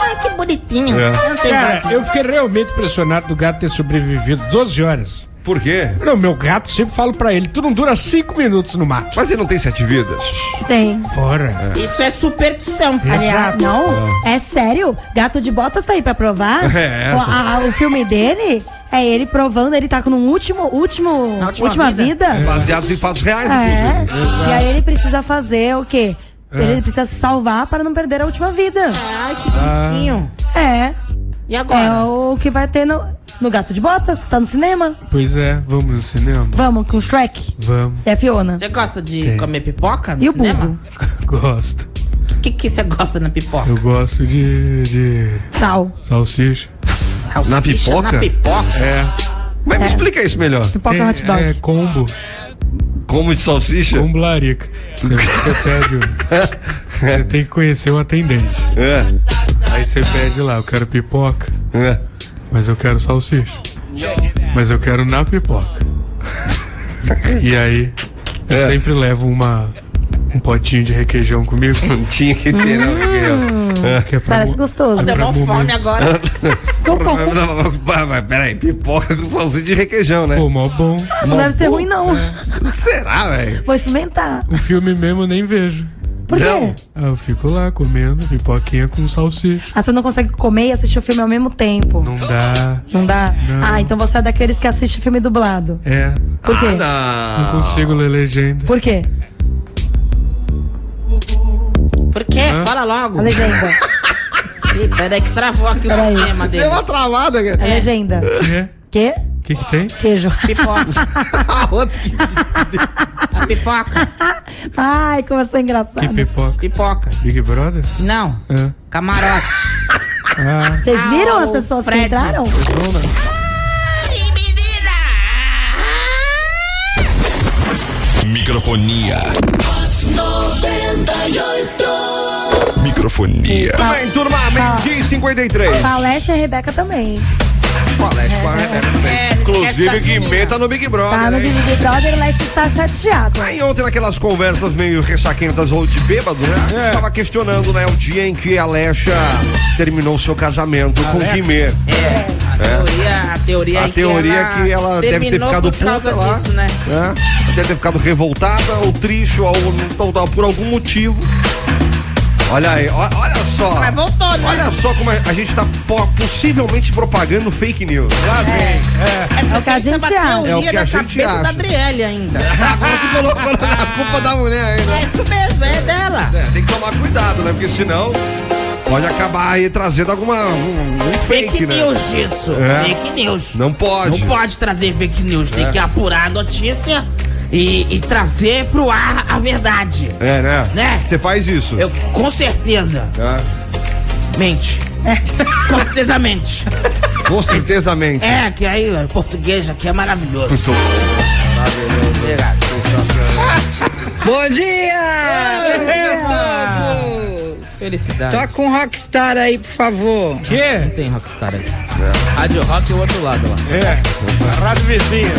Ai, que bonitinho. É. Eu não tenho gato. Cara, eu fiquei realmente impressionado do gato ter sobrevivido 12 horas. Por quê? Não, meu gato, sempre falo pra ele, tu não dura 5 minutos no mato. Mas ele não tem sete vidas. Tem. Fora. Isso é superstição. Aliás, não? É sério? Gato de botas tá aí pra provar? Ah. É. O, a- o filme dele é ele provando, ele tá com um último, último, Na última, última vida. vida. É. Baseados em fatos reais, É. inclusive. E aí ele precisa fazer o quê? Ele precisa se salvar para não perder a última vida. Ai, que bonitinho. É. E É agora? o que vai ter no, no Gato de Botas, que tá no cinema. Pois é, vamos no cinema? Vamos com o Shrek Vamos. e a Fiona. Você gosta de Tem. comer pipoca no E o burro? cinema? Gosto. O que, que você gosta na pipoca? Eu gosto de. de. Sal. salsicha. Na Salsicha pipoca? É. Na pipoca? Mas me explica isso melhor. Pipoca e hot dog. É, combo. Como de salsicha? Combo larica. Você, você pede. um- Você tem que conhecer um atendente. É. Aí você pede lá, eu quero pipoca, É. mas eu quero salsicha. Mas eu quero na pipoca. E aí, eu É. sempre levo uma. Um potinho de requeijão comigo, Tinha que ter, não, Hum. Miguel. que é pra Parece mo- gostoso. Deu pra mó fome momentos- agora. Ah, mas Peraí, pipoca com salsicha de requeijão, né? Pô, mó bom. Não deve ser ruim, não. Será, velho? Vou experimentar. O filme mesmo eu nem vejo. Por quê? Não. Ah, eu fico lá comendo pipoquinha com salsicha. Ah, você não consegue comer e assistir o filme ao mesmo tempo. Não, Não dá. dá? Ah, então você é daqueles que assiste filme dublado. É, Por quê? não Ah, consigo ler legenda. Por quê? Por quê? Fala logo. A legenda. Ih, Peraí que travou aqui o Peraí. sistema Deu dele. É uma travada, cara. A É. legenda. Quê? Quê? O que que tem? Queijo. Pipoca. Ah, outro que- A pipoca. Ai, como eu sou engraçado. Que pipoca? Pipoca. Big Brother? Não. Ah, Camarote. ah Vocês viram Ah, as o pessoas que Fred. entraram? né? eu tô lá. Microfonia. Tá. Microfonia. Tudo bem, turma? Meio-dia e 53. Palestra e a Rebeca também. Palestra com a Rebeca É, também. Inclusive, Guimê tá no Big Brother. É. Tá no hein? Big Brother, o Leste está chateado. Aí ontem naquelas conversas meio ressaquentas ou de bêbado, É. né? Tava questionando, né? O dia em que a Alexa terminou seu casamento com o Guimê. É. A teoria, A é que teoria é que ela deve ter terminou ficado por causa puta lá. disso, né? né? Deve ter ficado revoltada ou triste ou, ou- ou- por algum motivo. Olha aí, ó- olha só. Mas voltou, né? Olha só como a gente tá po- possivelmente propagando fake news. É o que a gente acha. É o Ia que da a gente cabeça da acha. Adriele ainda. Agora tu colocou na culpa da mulher aí, né? É isso mesmo, é dela. É, tem que tomar cuidado, né? Porque senão pode acabar aí trazendo alguma um, um fake, Fake, né? news isso. É. Fake news. Não pode. É. Não pode trazer fake news. Tem que apurar a notícia e, e trazer pro ar a verdade. É, né? Né? Você faz isso. Eu com certeza. É. Mente. Com certeza mente. Com certeza mente. É, que aí, ó, português aqui é maravilhoso. Muito bom. Bom dia! Felicidade. Toca um rockstar aí, por favor. Que? Não tem rockstar aí. Rádio Rock e o outro lado lá. É. Rádio vizinha.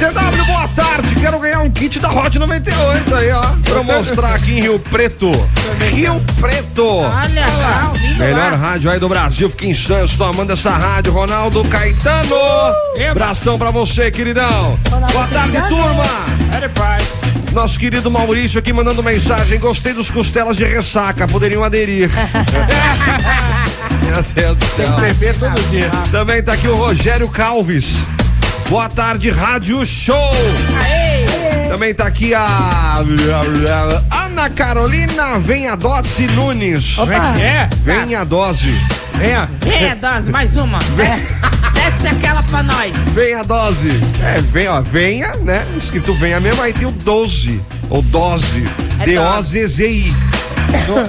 CW, boa tarde. Quero ganhar um kit da Hot 98 aí, ó. Pra eu mostrar aqui em Rio Preto. Rio Preto. Olha lá, ouvindo Melhor lá. rádio aí do Brasil, fica em Santos, tomando essa rádio, Ronaldo Caetano. Abração pra você, queridão. Boa tarde, turma. Era paz. Nosso querido Maurício aqui mandando mensagem. Gostei dos costelas de ressaca, poderiam aderir. Meu Deus do céu. Beber todo dia. Também tá aqui o Rogério Calves. Boa tarde, Rádio Show. Também tá aqui a Ana Carolina Venhadote Nunes. Como é que é? Venha dose, Vem, ó. É, dose, mais uma. Desce aquela pra nós. venha dose. É, vem, ó, venha, né? Escrito venha mesmo, aí tem o 12, ou dose, É D-O-Z-Z-I.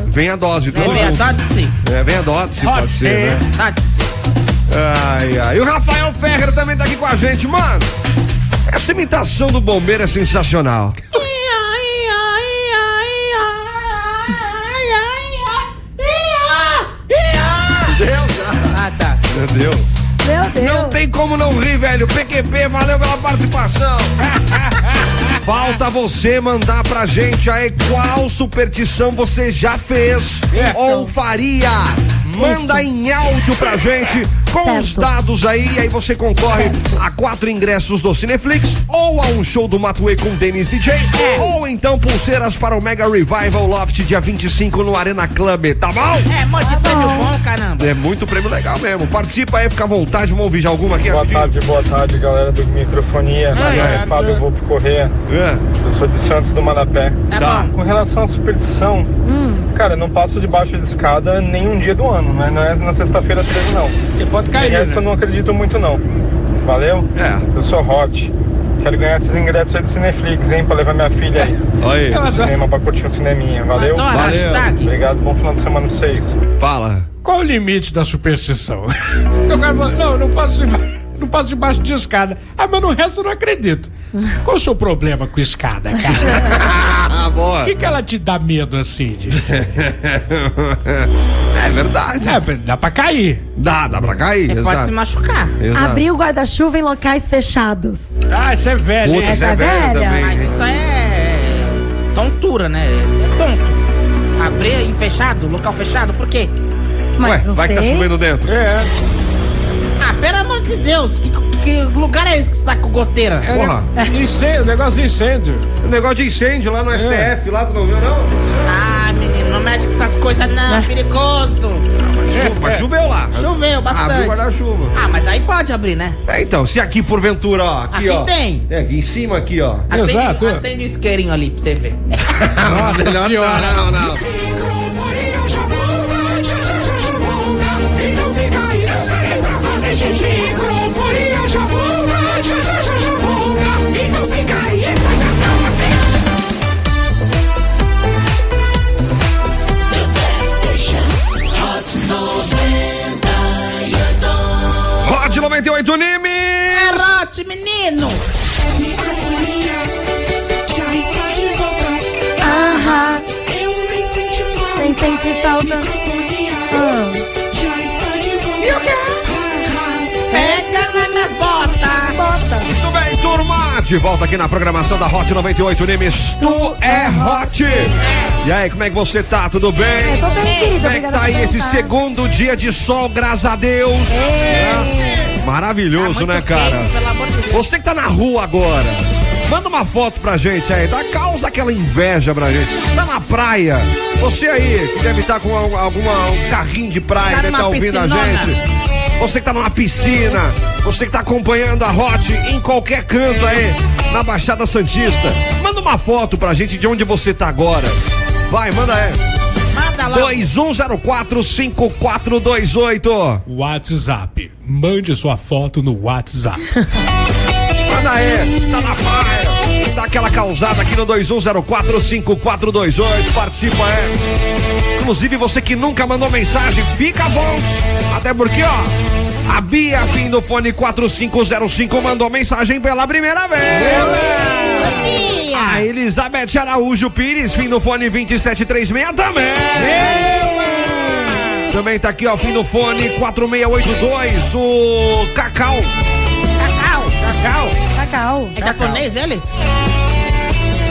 Venha dose, tudo É junto. verdade, sim. É, venha dose, pode ser, né? Verdade, sim. Ai, ai. E o Rafael Ferreira também tá aqui com a gente, mano. Essa imitação do bombeiro é sensacional. Deus, Ah, tá. entendeu? Meu Deus. Não tem como não rir, velho. PQP, valeu pela participação. Falta você mandar pra gente aí qual superstição você já fez ou faria. Manda em áudio pra gente com os Certo. dados aí, e aí você concorre a quatro ingressos do Cineflix, ou a um show do Matuê com Denis DJ, ou então pulseiras para o Mega Revival Loft dia 25 no Arena Club, tá bom? É, mó de prêmio bom, caramba. É muito prêmio legal mesmo. Participa aí, fica à vontade, vamos ouvir já alguma aqui. Boa rapidinho? tarde, boa tarde, galera do Ah, Microfonia. Meu nome é Fábio Vulpo Correia. É, Eu sou de Santos do Marapé. tá. Com relação à superstição, Hum. cara, não passo debaixo de escada nenhum dia do ano, né? Não é na sexta-feira 13, não. Porque pode E cair, essa eu né? não acredito muito, não. Valeu? É. Eu sou Hot. Quero ganhar esses ingressos aí do Cineflix, hein? Pra levar minha filha aí Olha no cinema pra curtir um cineminha. Valeu? Adoro Valeu. hashtag. É, Obrigado, bom final de semana pra vocês. aí, fala. Qual o limite da superstição? Eu quero falar, não, eu não passo embaixo. Não passo embaixo de escada. Ah, mas no resto eu não acredito. Qual o seu problema com escada, cara? Ah, boa. Por que, que ela te dá medo assim? de- é verdade. É, dá pra cair. Dá, dá pra cair, Você exato. pode se machucar. Exato. Abrir o guarda-chuva em locais fechados. Ah, isso é velho, Puta, hein? isso é Essa velho velha, também. Mas hein? isso é tontura, né? É tonto. Abrir em fechado, local fechado, por quê? Mas Ué, é não vai sei. que tá chovendo dentro. Ah, pelo amor de Deus, que, que lugar é esse que você tá com goteira? É, Porra. né? Incêndio, negócio de incêndio. O negócio de incêndio lá no STF, lá tu não viu, não? Ah, menino, não mexe com essas coisas não, perigoso. Mas, chu- mas choveu lá. Choveu Abriu Né? o bastante. guarda-chuva. Ah, mas aí pode abrir, né? É, então, se aqui porventura, ó. Aqui, Aqui ó. tem. É, aqui em cima, aqui, ó. Acende, Exato, é. acende o isqueirinho ali pra você ver. Nossa senhora. Não, não, não. Microfonia já volta, já já já já volta. E não fica aí, eu saí pra fazer xixi. Microfonia já volta, já já já já volta. E não fica aí, faz a salsa, fez. Hot 98 Nimes! Trote, menino! Microfonia, já tá Ah, senti falta. Ah. Pega nas minhas botas. Muito bem, turma! De volta aqui na programação da Hot 98 Nimes. Tu é Hot! E aí, como é que você tá? Tudo bem? Eu tô bem, Como é querida, que obrigada tá por aí esse perguntar. É. segundo dia de sol, graças a Deus? Né? Tá Maravilhoso, né, cara? Você que tá na rua agora, manda uma foto pra gente aí, dá causa aquela inveja pra gente. Tá na praia, você aí que deve estar com al- alguma, um carrinho de praia, Tá deve estar numa ouvindo piscinona. a gente. Você que tá numa piscina, você que tá acompanhando a Hot em qualquer canto aí, na Baixada Santista, manda uma foto pra gente de onde você tá agora. Vai, manda aí. Manda lá. 21045428. WhatsApp. Mande sua foto no WhatsApp. Manda aí, tá na praia. Dá aquela causada aqui no 21045428. Participa, é. Inclusive, você que nunca mandou mensagem, fica à vontade. Até porque, ó, a Bia, fim do fone 4505, mandou mensagem pela primeira vez. A Elizabeth Araújo Pires, fim do fone 2736 também. Também tá aqui, ó, fim do fone 4682, o Cacau. Cacau. Cacau. Tá Cacau. É japonês ele?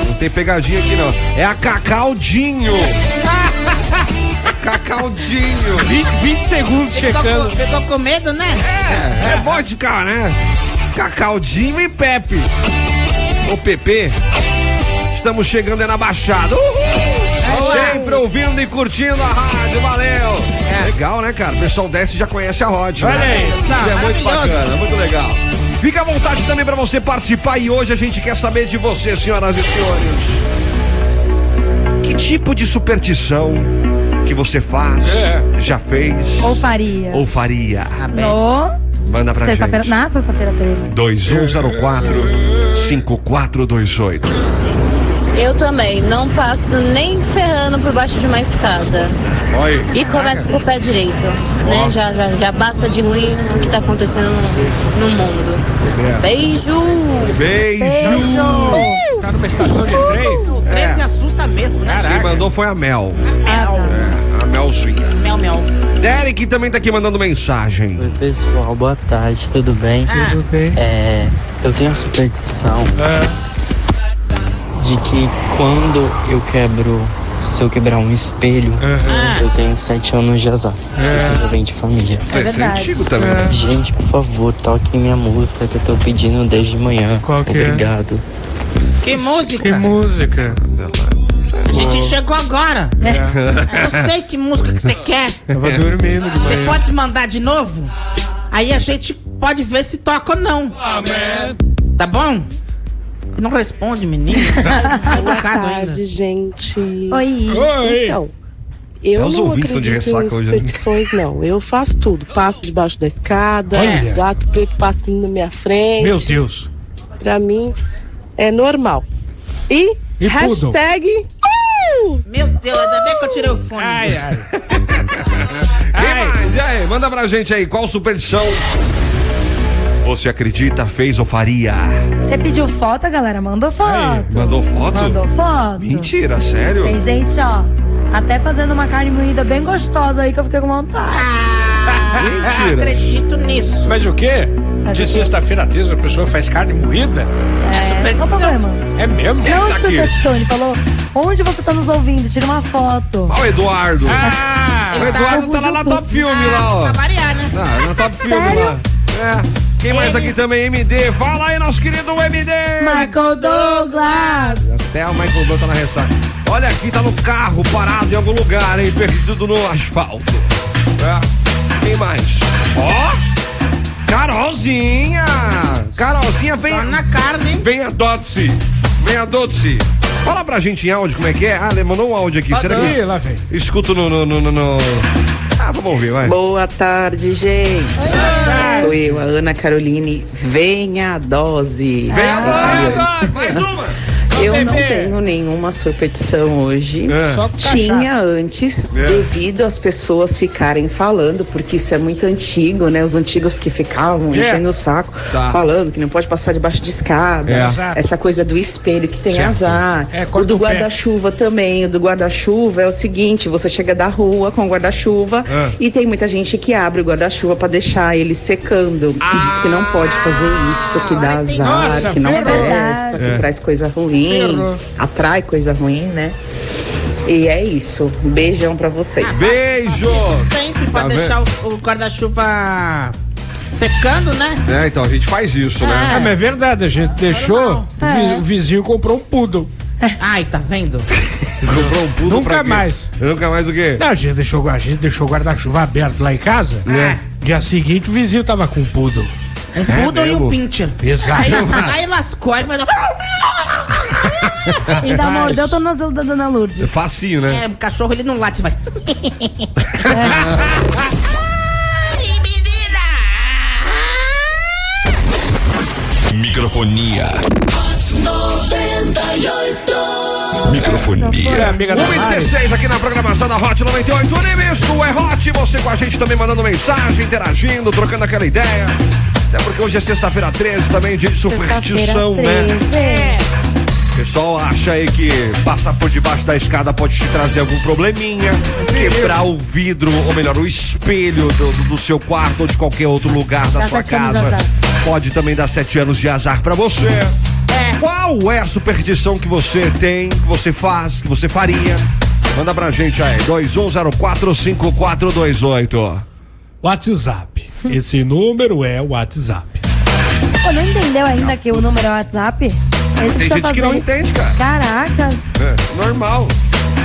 Não tem pegadinha aqui, não. É a Cacaudinho. Cacaudinho. 20 segundos Ficou checando. com, ficou com medo, né? É, é vodka, né? Cacaudinho e Pepe. Ô, Pepe, estamos chegando aí na Baixada. Uhul! Sempre ouvindo e curtindo a rádio, valeu! Legal, né, cara? O pessoal desce e já conhece a Rod, Olha né? aí, Isso é muito maravilhoso. bacana, muito legal. Fica à vontade também pra você participar e hoje a gente quer saber de você, senhoras e senhores. Que tipo de superstição que você faz, já fez Ou faria. ou faria? No. Manda pra Sexta-feira. gente. Na sexta-feira 13. 2104 5428. Eu também, não passo nem ferrando por baixo de uma escada. Olha. E começo com o pé direito, né? Já, já, já basta de ruim o que tá acontecendo no, no mundo. É. Beijo! Beijo! Tá numa estação de trem? O É. três se assusta mesmo, né? Quem mandou foi a Mel. Mel. É, a Melzinha. Mel, mel. Derek também tá aqui mandando mensagem. Oi pessoal, boa tarde, tudo bem? Ah. Tudo bem. É, eu tenho a superstição de que quando eu quebro, se eu quebrar um espelho, eu tenho sete anos de azar. Isso já vem de família. É Esse é verdade. antigo também, né? Gente, por favor, toquem minha música que eu tô pedindo desde manhã. Qual que é? Obrigado. Ah, Que música. Que música? A gente chegou agora. Eu sei que música que você quer. Tava dormindo de Você manhã. pode mandar de novo? Aí a gente pode ver se toca ou não. Tá bom? Não responde, menino. Tá educado ainda. gente. Oi. Oi. Então, eu É, os não ouvintes estão de acredito em ressaca hoje, né? superstições, não. Eu faço tudo. Passo debaixo da escada, Olha. gato preto passando na minha frente. Meu Deus. Pra mim, é normal. E, E hashtag... Uh! Meu Deus, ainda bem que eu tirei o fone. Ai, ai. Quem mais? E aí, manda pra gente aí qual superstição você acredita, fez ou faria? Você pediu foto, a galera mandou foto. Mandou foto? Mandou foto. Mentira, sério? Tem gente, ó, até fazendo uma carne moída bem gostosa aí que eu fiquei com vontade. Ah, Mentira. acredito nisso. Mas o quê? Mas o De quê? sexta-feira 13 a pessoa faz carne moída? É Qual o superstição. problema? É mesmo? Quem Não tá de aqui? superstição, ele falou onde você tá nos ouvindo, tira uma foto. Olha o Eduardo. Ah! o Eduardo tá lá na Top Filme lá, ó. Pra variar, né? Ah, na Top Filme Sério? lá. É. Quem mais aqui também? MD. Fala aí, nosso querido MD. Michael Douglas! Até o Michael Douglas tá na ressaca. Olha aqui, tá no carro, parado em algum lugar, hein? Perdido no asfalto. É. Quem mais? Ó! Carolzinha! Carolzinha, vem, Só na carne, hein? vem a Dotse. Vem a Dotse. Fala pra gente em áudio como é que é. Ah, ele mandou um áudio aqui. Será que Ih, eu lá vem. escuto no, no, no, no- no- Ah, vamos ouvir, vai. Boa tarde, gente. Sou eu, a Ana Caroline. Venha a dose. Vem a Dotse. Mais uma! Eu não tenho nenhuma superstição hoje. É. Só com cachaça. Tinha antes, É. devido às pessoas ficarem falando, porque isso é muito antigo, né? Os antigos que ficavam É. enchendo o saco, Tá. falando que não pode passar debaixo de escada. É. Exato. Essa coisa do espelho que tem Certo. azar. É, o corta do o pé. guarda-chuva também. O do guarda-chuva é o seguinte: você chega da rua com o guarda-chuva É. e tem muita gente que abre o guarda-chuva pra deixar ele secando. E diz que não pode fazer isso, que dá azar, Nossa, que não ferrou. presta, que É. traz coisa ruim, Ferrou. atrai coisa ruim, né? E é isso. Um Beijão pra vocês. Beijo! Sempre pra Tá deixar o, o guarda-chuva secando, né? É, então a gente faz isso, né? Ah, mas é verdade, a gente deixou. não. o vi- É. O vizinho comprou um poodle. Ai, tá vendo? Comprou um poodle Nunca pra quê? mais. Nunca mais o quê? Não, a gente deixou, a gente deixou o guarda-chuva aberto lá em casa. Né? É. Dia seguinte o vizinho tava com um poodle. Um poodle e um pincher. Exato. Aí, aí lascou, aí faz... E dá uma mordeu o tornozelo da Dona Lourdes. É facinho, né? É, o cachorro ele não late, mas... Microfonia. Microfonia. amiga 1 e 16 aqui na programação da Hot 98. Unimisto é Hot. Você com a gente também mandando mensagem, interagindo, trocando aquela ideia. Até porque hoje é sexta-feira 13, também dia de superstição, né? O pessoal acha aí que passar por debaixo da escada pode te trazer algum probleminha, quebrar o vidro, ou melhor, o espelho do, do- do seu quarto ou de qualquer outro lugar da Dá sua sete anos de casa. azar. Pode também dar sete anos de azar pra você. Qual é a superstição que você tem, que você faz, que você faria? Manda pra gente aí, 21045428. WhatsApp. Esse número é o WhatsApp. Pô, não entendeu ainda que o número é WhatsApp? Esse Tem tá gente que não fazendo- entende, cara. Caraca. É, normal.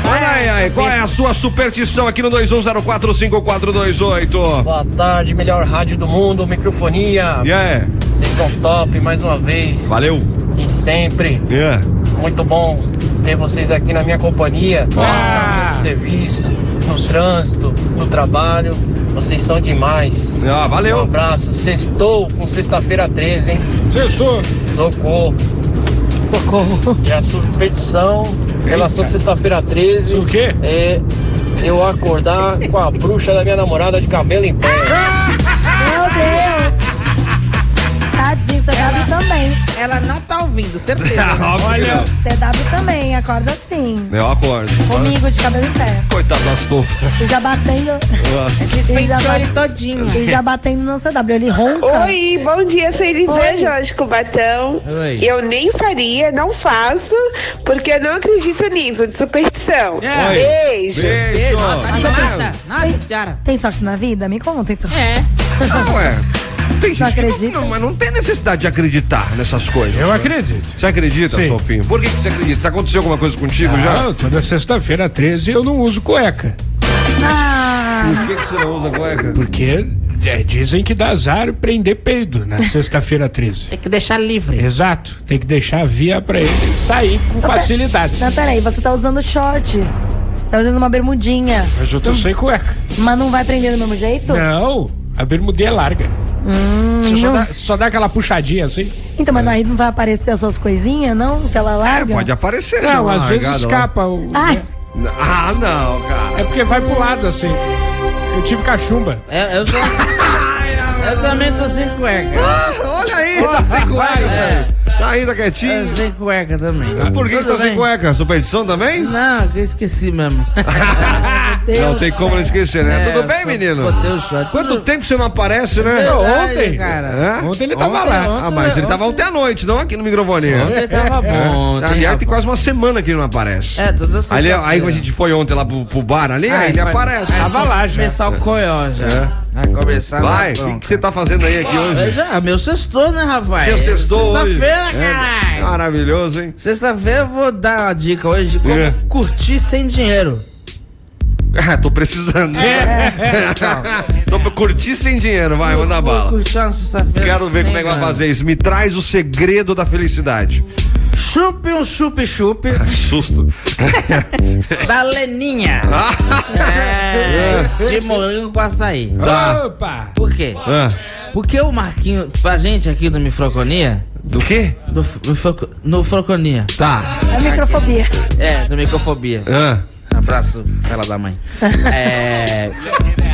Olha aí, aí, qual é a sua superstição aqui no 21045428? Boa tarde, melhor rádio do mundo, microfonia. Yeah. Vocês são top mais uma vez. Valeu. E sempre. Yeah. Muito bom ter vocês aqui na minha companhia. Ah. No serviço, no trânsito, no trabalho. Vocês são demais. Ah, valeu. Um abraço. Sextou com sexta-feira 13, hein? Sextou. Socorro. Socorro. E a superstição em relação à sexta-feira 13. O quê? É eu acordar com a bruxa da minha namorada de cabelo em pé. Meu Deus. Tadinho, CW também. Ela não tá ouvindo, certeza. Olha. CW também, acorda assim. Eu acordo. Comigo, de cabelo em pé. Coitado das tufas. E já batendo. Despenteou ele todinho. E já batendo no CW. Ele ronca. Oi, bom dia, seres desejos, Cubatão. Oi. Eu nem faria, não faço, porque eu não acredito nisso, de superstição. É. Beijo. Beijo. Tá animada? Tem- Nossa senhora. Tem sorte na vida? Me conta, então. É. Não é. Tem gente que acredita? não, mas não tem necessidade de acreditar nessas coisas. Eu acredito. Você acredita, Sim. Sofinho? Por que, que você acredita? Aconteceu alguma coisa contigo Ah, toda sexta-feira 13 eu não uso cueca. já? Por que, que você não usa cueca? Porque é, dizem que dá azar prender peido na sexta-feira 13. Tem que deixar livre. Exato, tem que deixar a via pra ele sair com Não, pe- facilidade. Não, peraí, você tá usando shorts. Você tá usando uma bermudinha. Mas eu tô sem cueca. Mas não vai prender do mesmo jeito? Não, a bermudinha é larga. Você só dá, só dá aquela puxadinha assim. Então, mas aí não vai aparecer as suas coisinhas, não? Se ela larga? Pode aparecer. né, Não, uma às vezes largada lá. escapa. o- Ai, Ah, não, cara. É porque vai pro lado assim. Eu tive cachumba. É, eu, tô- eu também tô sem cueca. Ah, olha aí, tá sem cueca, velho. Tá ainda quietinho? Sem cueca também. Por que você tá É. Tudo sem bem. cueca? Superstição também? Não, que eu esqueci mesmo. não tem como não esquecer, É, né? Tudo bem, menino? Quanto tempo É. você não aparece, né? Verdade, Ontem. cara. Hã? Ontem ele tava Ontem, lá. ah, mas ontem, ele tava ontem à noite, não aqui no microfone. Ontem É. tava bom, É. ontem Aliás, tava tem quase uma semana que ele não aparece. É, tudo assim. Ali, aí quando a gente foi ontem lá pro, pro bar ali, aí ele aparece. Ah, É. Tava lá já. Começar o coió já. Vai começar lá, Vai, o pronto. que que você tá fazendo aí aqui hoje? Eu já, meu sextou, né, rapaz? Teu sextou hoje. Sexta-feira, É, caralho. Maravilhoso, hein? Sexta-feira eu vou dar uma dica hoje de como É. curtir sem dinheiro. Ah, tô precisando. né? É. tô pra curtir sem dinheiro, vai, manda Vou bala. curtir uma sexta-feira Quero ver sem como é que vai grana. fazer isso. Me traz o segredo da felicidade. Chupe um chup-chup Susto. da Leninha. é, de morango com açaí. Tá. Por quê? Porque o Marquinho, pra gente aqui do Microfonia, Do quê? Do, do foco- no Froconia. Tá. É microfobia. É, do microfobia. Abraço, fela da mãe. é.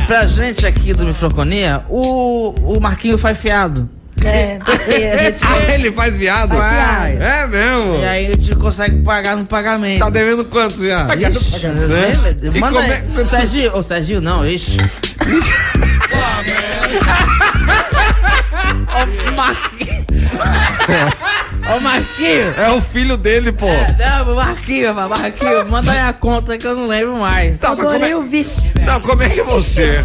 Pra gente aqui do Microfonia, o, o Marquinho faz fiado. É. Ah, ele faz viado? Faz viado. É mesmo? E aí a gente consegue pagar no pagamento. Tá devendo quanto já? Ixi, Né? E Manda como aí. é que tu- Serginho, ô Serginho, não, ixi. Ô Marquinho. Ô Marquinho. É o filho dele, pô. Não, Marquinho, Marquinho, manda aí a conta que eu não lembro mais. Tá, mas como é- vixe. Não, como é que você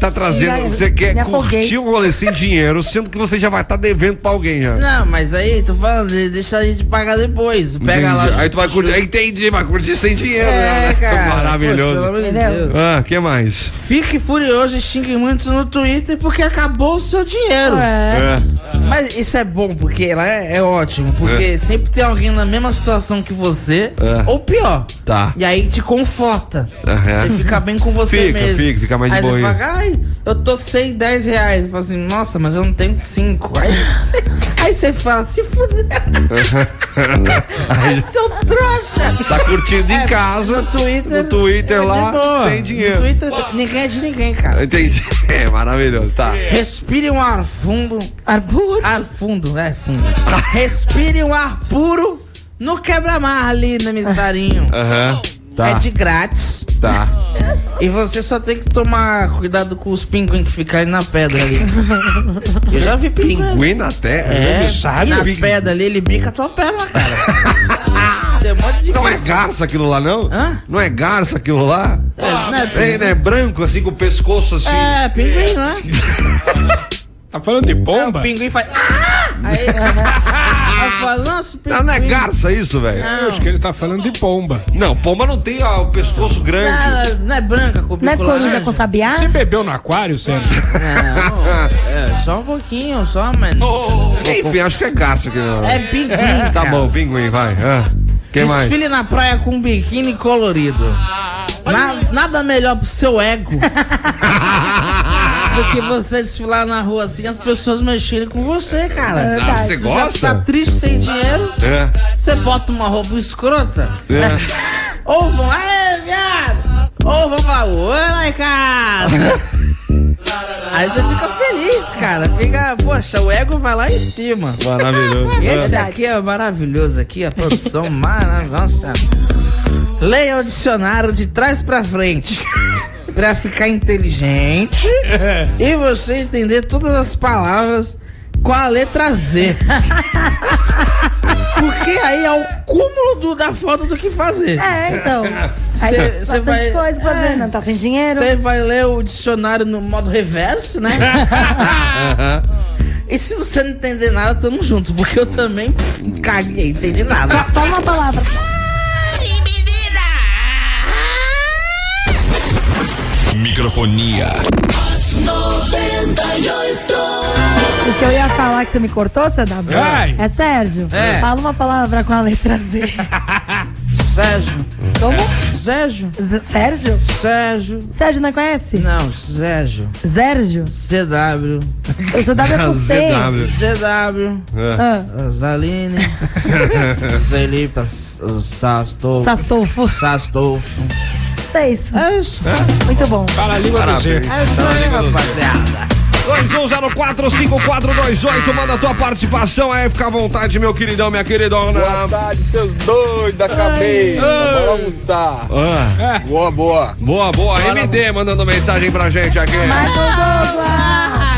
tá Já- trazendo. Você me quer afoguei. curtir um rolê sem dinheiro, sendo que você já vai estar devendo pra alguém já. Não, mas aí, tô falando, de- deixa a gente pagar depois. Pega Entendi. lá os- Aí tu vai curtir. Entendi, vai curtir sem dinheiro, É, né? cara. Poxa, pelo Maravilhoso. amor de Deus. ah, que mais? Fique furioso e xingue muito no Twitter porque acabou o seu dinheiro. É. Mas isso é bom, porque lá é, é ótimo. Porque É. sempre tem alguém na mesma situação que você, É. ou pior. Tá. E aí te conforta. Aham. Você fica bem com você Fica, mesmo. fica, fica mais de aí você boinha. fala, ai, eu tô sem 10 reais. Eu falo assim, nossa, mas eu não tenho 5. Aí, você- aí você fala, se fuder, Aí seu trouxa. É, Tá curtindo em casa. No Twitter. No Twitter é de lá, boa. sem dinheiro. No Twitter, ninguém é de ninguém, cara. Entendi. É maravilhoso, tá. Respire um ar fundo. Ar puro? Ar fundo, né? Fundo. Respire um ar puro no quebra-mar ali no emissarinho. Aham. Tá. É de grátis. Tá. E você só tem que tomar cuidado com os pinguins que ficarem na pedra ali. Eu já vi pinguim. Pinguim na terra? É, Emissário? na Pinguim. pedra ali, ele bica a tua perna, cara. Tem um monte de Não é garça aquilo lá, não? Hã? Não é garça aquilo lá? É, não é É, né? branco, assim, com o pescoço assim. É, pinguim, né? Tá falando de O bomba? pinguim faz... Ah! Aí... Eu falo, nossa, pinguim. Não, não é garça isso, velho? Não. Eu acho que ele tá falando de pomba. Não, pomba não tem ó, o pescoço grande. Não, não é branca com Não é bico laranja? coruja com sabiá? Você bebeu no aquário, Sérgio? Não, é, só um pouquinho, só, mano. Enfim, acho que é garça que não. É pinguim, cara. Tá bom, pinguim, vai. Ah, quem mais? Desfile na praia com um biquíni colorido. Na- nada melhor pro seu ego do que você desfilar na rua assim e as pessoas mexerem com você, É cara. verdade. Ah, você já gosta? tá triste sem dinheiro, É, você bota uma roupa escrota. é. Ou vão, aê, viado! Ou vão falar, oi, lá em casa! Aí você fica feliz, cara. Fica, poxa, o ego vai lá em cima. Maravilhoso. Esse Ah. aqui é maravilhoso aqui, a produção maravilhosa. Leia o dicionário de trás pra frente. Pra ficar inteligente e você entender todas as palavras com a letra Z. Porque aí é o cúmulo do- da falta do que fazer. É, então. Aí Cê- tem cê bastante vai- coisa pra fazer, não tá sem dinheiro. Você vai ler o dicionário no modo reverso, né? e se você não entender nada, tamo junto, porque eu também pff, caguei, entendi nada. Só uma palavra. Microfonia. 98. O que eu ia falar que você me cortou, CW? Vai. É Sérgio. É. Fala uma palavra com a letra Z. Sérgio. Como? Sérgio. Z- Sérgio? Sérgio. Sérgio não conhece? Não, Sérgio. Sérgio? CW. Eu sou é W com C. CW. Ah. Zaline. Zelipa Sastolfo. Sastolfo. Sastolfo. É isso. É isso. Muito bom. Fala a língua do Maravilha. Zé. É isso aí, rapaziada. 21045428, manda a tua participação aí, fica à vontade, meu queridão, minha queridona. Boa tarde, seus doidos, acabei. Vamos almoçar. É. Ah. Boa, boa. Boa, boa, MD mandando mensagem pra gente aqui.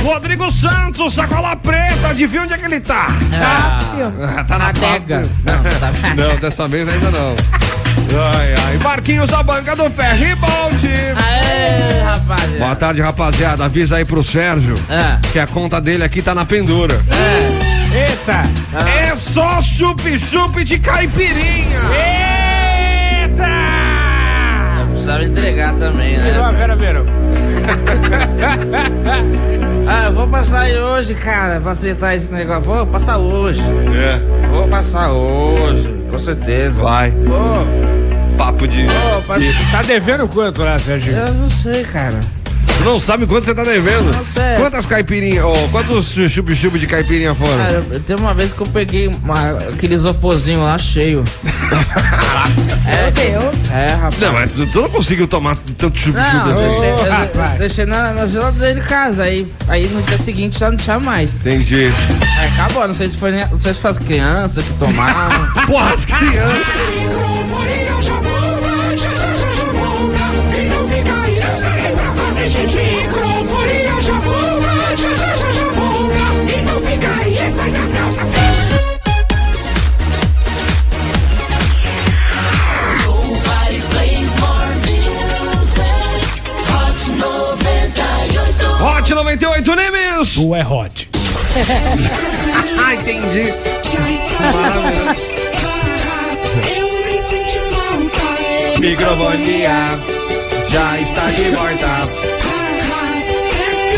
Rodrigo Santos, sacola preta, adivinha onde é que ele tá? Ah, tá na adega. Não, tá dessa vez ainda não. Ai, ai. Marquinhos da banca do ferro e balde. Aê, rapaziada. Boa tarde, rapaziada. Avisa aí pro Sérgio que a conta dele aqui tá na pendura. Eita! É só chup-chup de caipirinha. É. Eita! Eu precisava entregar também, né? Virou a Vera Verão. Ah, eu vou passar aí hoje, cara, pra acertar esse negócio. Vou passar hoje. É. Vou passar hoje, com certeza. Vai. Vou. Papo de. Vou passar. Tá devendo quanto lá, Sérgio? Eu não sei, cara. Tu não sabe quanto você tá devendo. Quantas caipirinhas, ou quantos chup-chup de caipirinha foram? Cara, eu- teve uma vez que eu peguei uma- aquele isoporzinho lá cheio. Meu Deus. É, rapaz. Não, mas tu tu não conseguiu tomar tanto chup-chup Não, eu assim. deixei, eu deixei na, na geladeira de casa. Aí, aí no dia seguinte já não tinha mais. Entendi. Aí acabou, não sei se foi, não sei se foi as crianças que tomaram. Porra, as crianças! Microfonia já volta, já já já já volta. E não fica aí, eu saí pra fazer xixi. Microfonia já volta, já já já já volta. E não fica aí, faz as calças fechadas. Hot 98 Nimes! Tu é hot. ah, entendi. Eu nem senti falta. Microfonia já está de volta.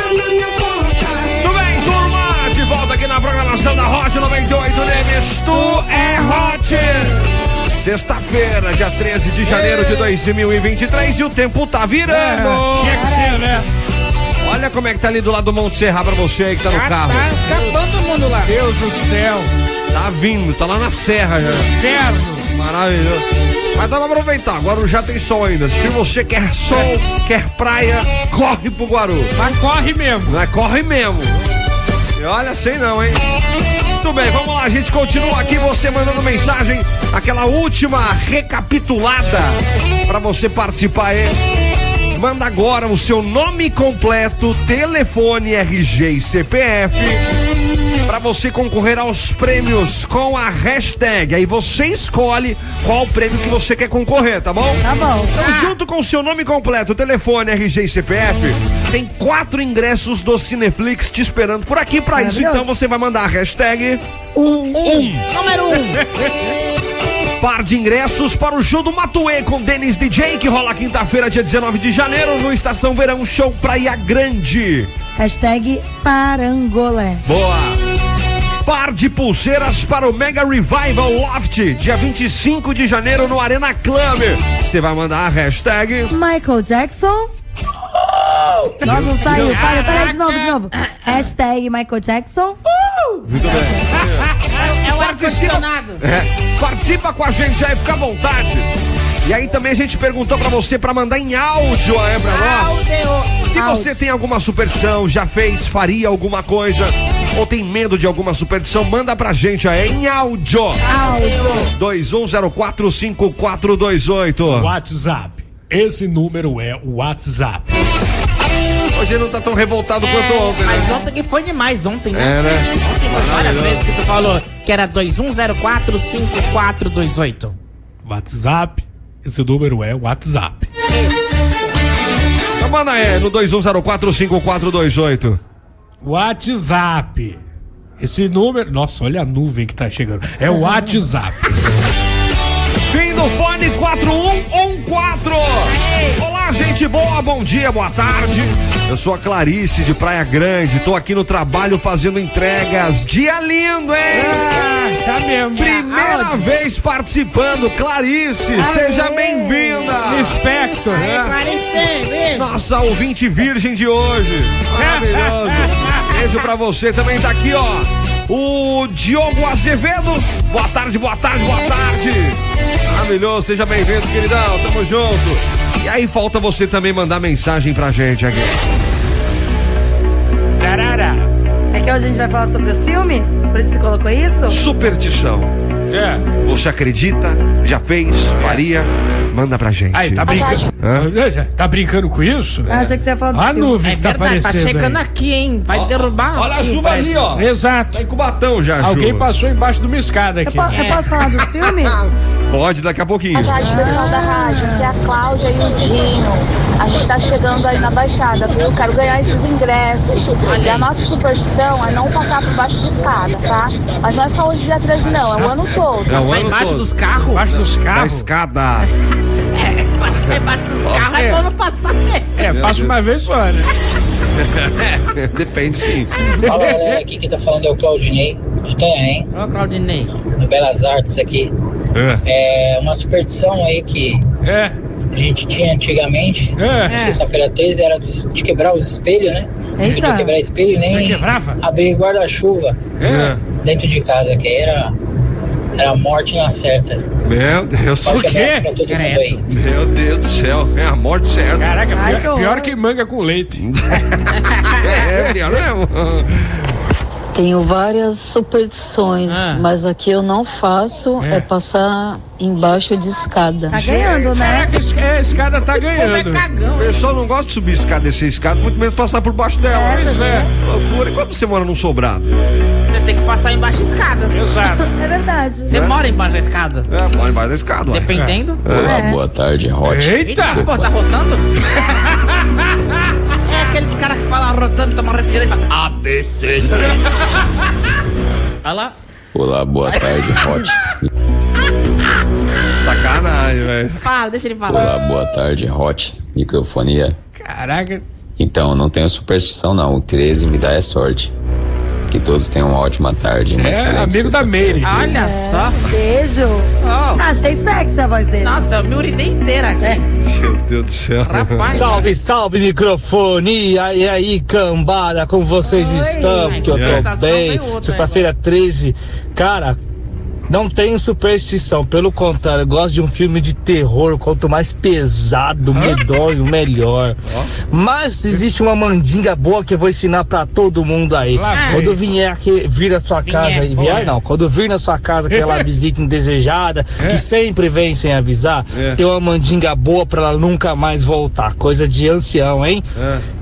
Tudo bem, turma? De volta aqui na programação da Hot 98 Nemes. Tu é Hot! Sexta-feira, dia 13 de janeiro de 2023 e o tempo tá virando. Tinha que ser, né? Olha como é que tá ali do lado do Monte Serra pra você aí que tá Ah, no carro. Tá escapando todo mundo lá. Deus do céu. Tá vindo, tá lá na serra já. Certo. Maravilhoso. Mas dá pra aproveitar, Guarujá tem sol ainda. Se você quer sol, quer praia, corre pro Guaru. Mas corre mesmo. Mas corre mesmo. E olha, sei não, hein? Muito bem, vamos lá, a gente continua aqui, você mandando mensagem, aquela última recapitulada pra você participar aí. Manda agora o seu nome completo, telefone, RG e CPF pra você concorrer aos prêmios com a hashtag. Aí você escolhe qual prêmio que você quer concorrer, tá bom? Tá bom. Então, junto com o seu nome completo, telefone, RG e CPF, tem quatro ingressos do Cineflix te esperando por aqui. Pra isso, então, você vai mandar a hashtag. Um. Número Par de ingressos para o show do Matuê com Denis DJ, que rola quinta-feira, dia 19 de janeiro, no Estação Verão Show Praia Grande. Hashtag parangolé. Boa! Par de pulseiras para o Mega Revival Loft, dia 25 de janeiro no Arena Club. Você vai mandar a hashtag. Michael Jackson. Nossa, não saiu. Para, para de novo, de novo. Hashtag Michael Jackson. Muito bem. É o ar-condicionado. É, participa com a gente aí, fica à vontade. E aí também a gente perguntou pra você pra mandar em áudio aí pra nós. Se você tem alguma superstição, já fez, faria alguma coisa, ou tem medo de alguma superstição, manda pra gente aí em áudio. Áudio. 21045428. WhatsApp. Esse número é o WhatsApp. Hoje ele não tá tão revoltado É. quanto ontem, né? Mas ontem que foi demais, ontem, né? É, né? Ontem foi várias Maravilhoso. vezes que tu falou que era 21045428. WhatsApp. Esse número é o WhatsApp. Então manda aí no 21045428. WhatsApp. Esse número. Nossa, olha a nuvem que tá chegando. É o WhatsApp. Fim do fone 4114. Olá, gente boa, bom dia, boa tarde. Eu sou a Clarice de Praia Grande, tô aqui no trabalho fazendo entregas. Dia lindo, hein? Ah, tá mesmo. Primeira vez participando, Clarice, seja bem-vinda. Respecto. Clarice, Nossa ouvinte virgem de hoje. Maravilhoso. Beijo pra você também, tá aqui, ó. O Diogo Azevedo. Boa tarde, boa tarde, boa tarde. Maravilhoso, seja bem-vindo, queridão. Tamo junto. E aí, falta você também mandar mensagem pra gente aqui. Tarará. É que hoje a gente vai falar sobre os filmes? Por isso que você colocou isso? Superstição. É. Você acredita? Já fez? Faria? Manda pra gente. Aí, tá brincando. Tá brincando com isso? Ah, Achei que você ia falar do A filme. nuvem que tá Verdade, tá aparecendo. chegando aí. aqui, hein? Vai derrubar. Olha a aqui, chuva parece. ali, ó. Exato. Tá em Cubatão já, a Alguém chuva. passou embaixo de uma escada Eu, aqui. po- eu posso falar dos filmes? Pode daqui a pouquinho. Boa tarde, pessoal da rádio. Aqui é a Cláudia e o Dinho. A gente tá chegando aí na Baixada, viu? Quero ganhar esses ingressos. E a nossa superstição é não passar por baixo da escada, tá? Mas não é só o dia 13, não. É o ano todo. É o Passar ano embaixo todo. dos carros? Embaixo dos Da carros. escada. É, passar embaixo dos carros é pra não passar. né? É, passa uma vez só, né? Depende sim. Fala galera, aqui quem tá falando é o Claudinei de Tanhaém, Ó, Claudinei. no Belas Artes aqui. É. É uma superstição aí que É. a gente tinha antigamente, É. sexta-feira 13, era dos- de quebrar os espelhos, né? Não Eita. podia quebrar espelho e nem abrir guarda-chuva É. dentro de casa, que aí era, era a morte na certa. Meu Deus. Forte abraço pra todo mundo aí. Meu Deus do céu, é a morte certa. Caraca, Ai, pior, que pior que manga com leite. é, pior mesmo. Tenho várias superstições, Ah, mas a que eu não faço é, passar embaixo de escada. Tá né? Caraca, es- é, a escada tá ganhando. O pessoal não gosta de subir escada, descer escada, muito menos passar por baixo dela. né? É, Pois é. Loucura. E quando você mora num sobrado? Você tem que passar embaixo da escada. Exato. É verdade. Você mora embaixo da escada? É, mora embaixo da escada. ué. Dependendo. É. boa tarde, Hot. Eita! Pô, tá rotando? é aqueles caras que falam rotando, toma refrigerante e fala. "Ah, A, B, C, D. Olha lá. Olá, boa tarde, Hot. Sacanagem, velho. Fala, deixa ele falar. Olá, boa tarde, Hot. Microfonia. Caraca. Então, não tenho superstição, não. O 13 me dá é sorte. Que todos tenham uma ótima tarde. uma excelente sexta- É, Meire. Olha só. Beijo. Oh. Achei sexy a voz dele. Nossa, eu me urinei inteira aqui. Meu Deus do céu. Salve, salve microfonia! E aí, cambada, como vocês estão? Que eu É. tô bem. Sexta-feira 13. Cara, não tenho superstição. Pelo contrário, eu gosto de um filme de terror. Quanto mais pesado, medonho, melhor. Mas existe uma mandinga boa que eu vou ensinar pra todo mundo aí. Lá vem. Quando vier que é vir a sua Vinher, casa e vier, porra. não. Quando vir na sua casa aquela visita indesejada, que sempre vem sem avisar, É. tem uma mandinga boa pra ela nunca mais voltar. Coisa de ancião, hein?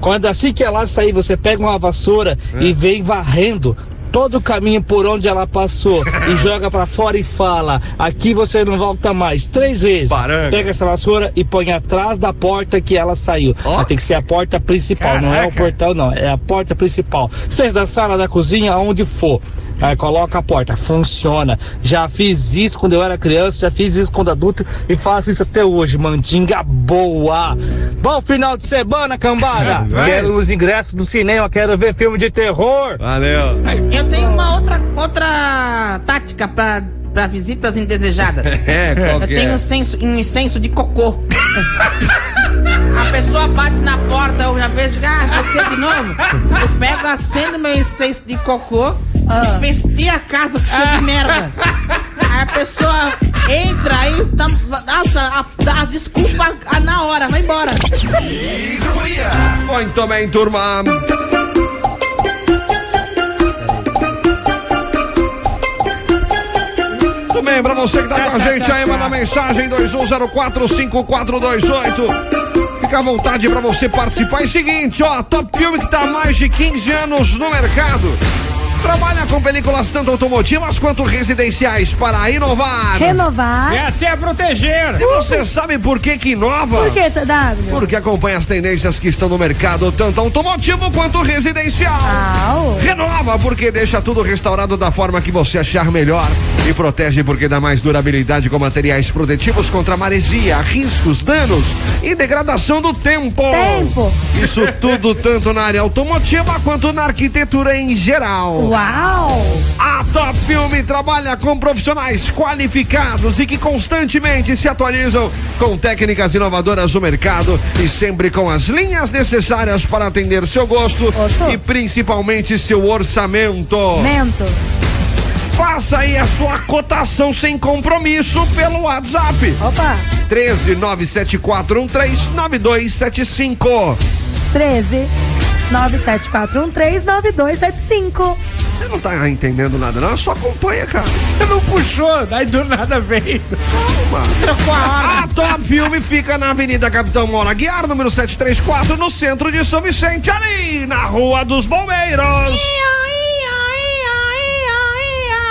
Quando assim que ela sair, você pega uma vassoura e vem varrendo todo o caminho por onde ela passou e joga pra fora e fala: "Aqui você não volta mais". Três vezes. Pega essa vassoura e põe atrás da porta que ela saiu. Ela tem que ser a porta principal, não é o portão não, é a porta principal. Seja da sala, da cozinha, aonde for. Aí coloca a porta, funciona. Já fiz isso quando eu era criança, já fiz isso quando adulto e faço isso até hoje. Mandinga boa. Bom final de semana, cambada. É, quero os ingressos do cinema, quero ver filme de terror. Valeu. Eu tenho uma outra, outra tática pra, pra visitas indesejadas. É, qual Eu que tenho é? um, senso, um incenso de cocô. A pessoa bate na porta, eu já vejo, ah, você de novo. Eu pego, acendo meu incenso de cocô e vesti a casa com cheiro de merda. Aí a pessoa entra aí, dá, nossa, a, dá a desculpa a- na hora, vai embora. Muito bem, turma. Muito bem, pra você que tá com a gente aí, manda mensagem 21045428. Fica à vontade pra você participar. É seguinte, ó, top filme que tá há mais de 15 anos no mercado. Trabalha com películas tanto automotivas quanto residenciais para inovar. Renovar. E até proteger. E você sabe por que que inova? Por que, CW? Porque acompanha as tendências que estão no mercado, tanto automotivo quanto residencial. Renova, porque deixa tudo restaurado da forma que você achar melhor. E protege, porque dá mais durabilidade com materiais protetivos contra maresia, riscos, danos e degradação do tempo. Tempo! Isso tudo tanto na área automotiva quanto na arquitetura em geral. Uau! A Top Filme trabalha com profissionais qualificados e que constantemente se atualizam com técnicas inovadoras do mercado e sempre com as linhas necessárias para atender seu gosto e principalmente seu orçamento. Mento. Faça aí a sua cotação sem compromisso pelo WhatsApp. Opa! 13 9275. 13 974139275. Você não tá entendendo nada, não? Só acompanha, cara. Você não puxou, daí do nada veio. Trocou a hora. A Top Filme fica na Avenida Capitão Mora Guiar, número 734, no centro de São Vicente, ali na Rua dos Bombeiros.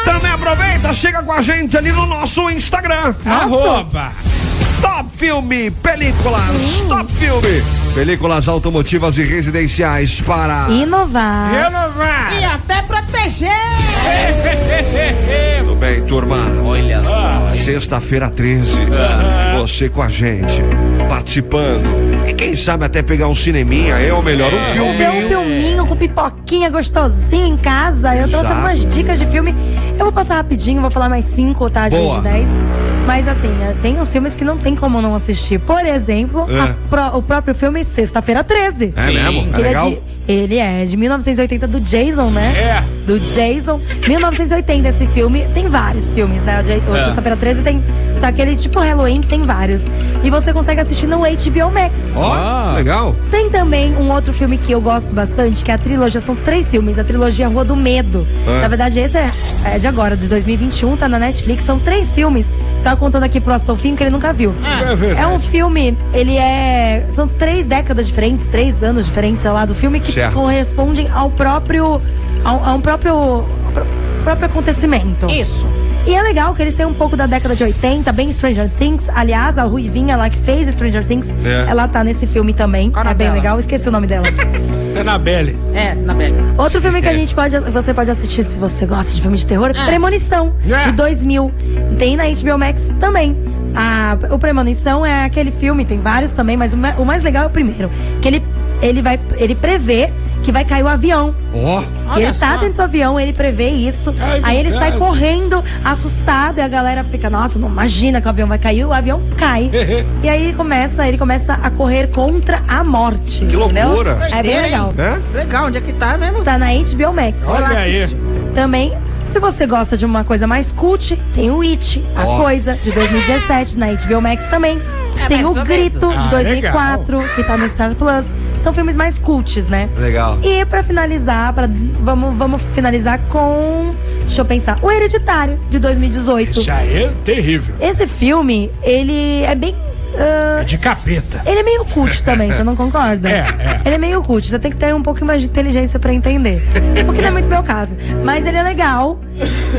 Também aproveita, chega com a gente ali no nosso Instagram. É Arroba. Top Filme Películas. Top Filme. Películas automotivas e residenciais para. Inovar. Renovar. E até proteger. Tudo bem, turma? Olha só. Sexta-feira 13. Você com a gente, participando. E quem sabe até pegar um cineminha, é ou melhor, um filme. Ver um filminho com pipoquinha gostosinho em casa. Eu trouxe Exato. algumas dicas de filme. Eu vou passar rapidinho, vou falar mais cinco, tá? De Boa. dez. Mas assim, é, tem uns filmes que não tem como não assistir. Por exemplo, É. a pró- o próprio filme Sexta-feira 13. É mesmo? É Ele, legal? É de, ele é de 1980 do Jason, né? É. Do Jason. 1980 esse filme. Tem vários filmes, né? O, Ja- o É. Sexta-feira 13 tem. Só aquele tipo Halloween que tem vários. E você consegue assistir no HBO Max. Ó, legal. Tem também um outro filme que eu gosto bastante, que é a trilogia. São três filmes. A trilogia Rua do Medo. Ah. Na verdade, esse é, é de agora, de 2021, tá na Netflix. São três filmes. Tava contando aqui pro Astolfinho que ele nunca viu. É verdade. É um filme, ele é. São três décadas diferentes, três anos diferentes, sei lá, do filme que Certo. correspondem ao próprio. a um, a um próprio. ao pró- próprio acontecimento. Isso. E é legal que eles têm um pouco da década de 80, bem Stranger Things. Aliás, a Ruivinha lá que fez Stranger Things, É. ela tá nesse filme também. Tá bem legal, esqueci o nome dela. Anabelle. É, na Bela. Outro filme que É. a gente pode, você pode assistir se você gosta de filme de terror, Premonição, É. de 2000. Tem na HBO Max também. A, o Premonição é aquele filme, tem vários também, mas o, ma- o mais legal é o primeiro, que ele ele vai ele prevê que vai cair o avião. Ó. E ele tá dentro do avião, ele prevê isso. aí ele sai verdade. correndo, assustado, e a galera fica, nossa, não imagina que o avião vai cair, o avião cai. e aí começa, ele começa a correr contra a morte. Que entendeu? loucura. É bem Doideira, legal. hein? Legal, onde é que tá mesmo? Tá na HBO Max. Olha aí. Também, se você gosta de uma coisa mais cult, tem o It, a Ó. coisa, de 2017, na HBO Max também. É, tem o mais ou Grito, menos. de Ah, 2004, que tá no Star Plus. São filmes mais cults, né? Legal. E pra finalizar, pra, vamos, vamos finalizar com. Deixa eu pensar. O Hereditário, de 2018. Isso aí é terrível. Esse filme, ele é bem. ah, É de capeta. Ah. ele é meio cult também, você não concorda? É, é. Ele é meio cult, você tem que ter um pouco mais de inteligência pra entender. Porque não é muito meu caso. Mas ele é legal.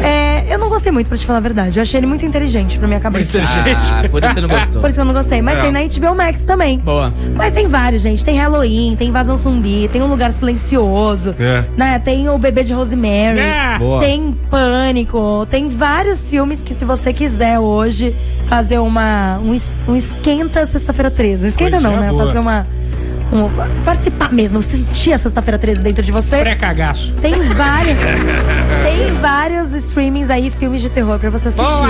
É, eu não gostei muito, pra te falar a verdade. Eu achei ele muito inteligente pra minha cabeça. Muito inteligente. É. Ah, por isso você não gostou. Por isso eu não gostei. Mas Não. tem na HBO Max também. Boa. Mas tem vários, gente. Tem Halloween, tem Invasão Zumbi, tem Um Lugar Silencioso. É. Né? Tem O Bebê de Rosemary. É. Boa. Tem Pânico. Tem vários filmes que, se você quiser hoje fazer uma, um, es- um esquenta Sexta-feira 13. Um esquenta Coisa não, né? boa. Fazer uma. um- participar mesmo, sentir a Sexta-feira 13 dentro de você. Pré-cagaço. Tem vários. tem vários streamings aí, filmes de terror pra você assistir. Boa.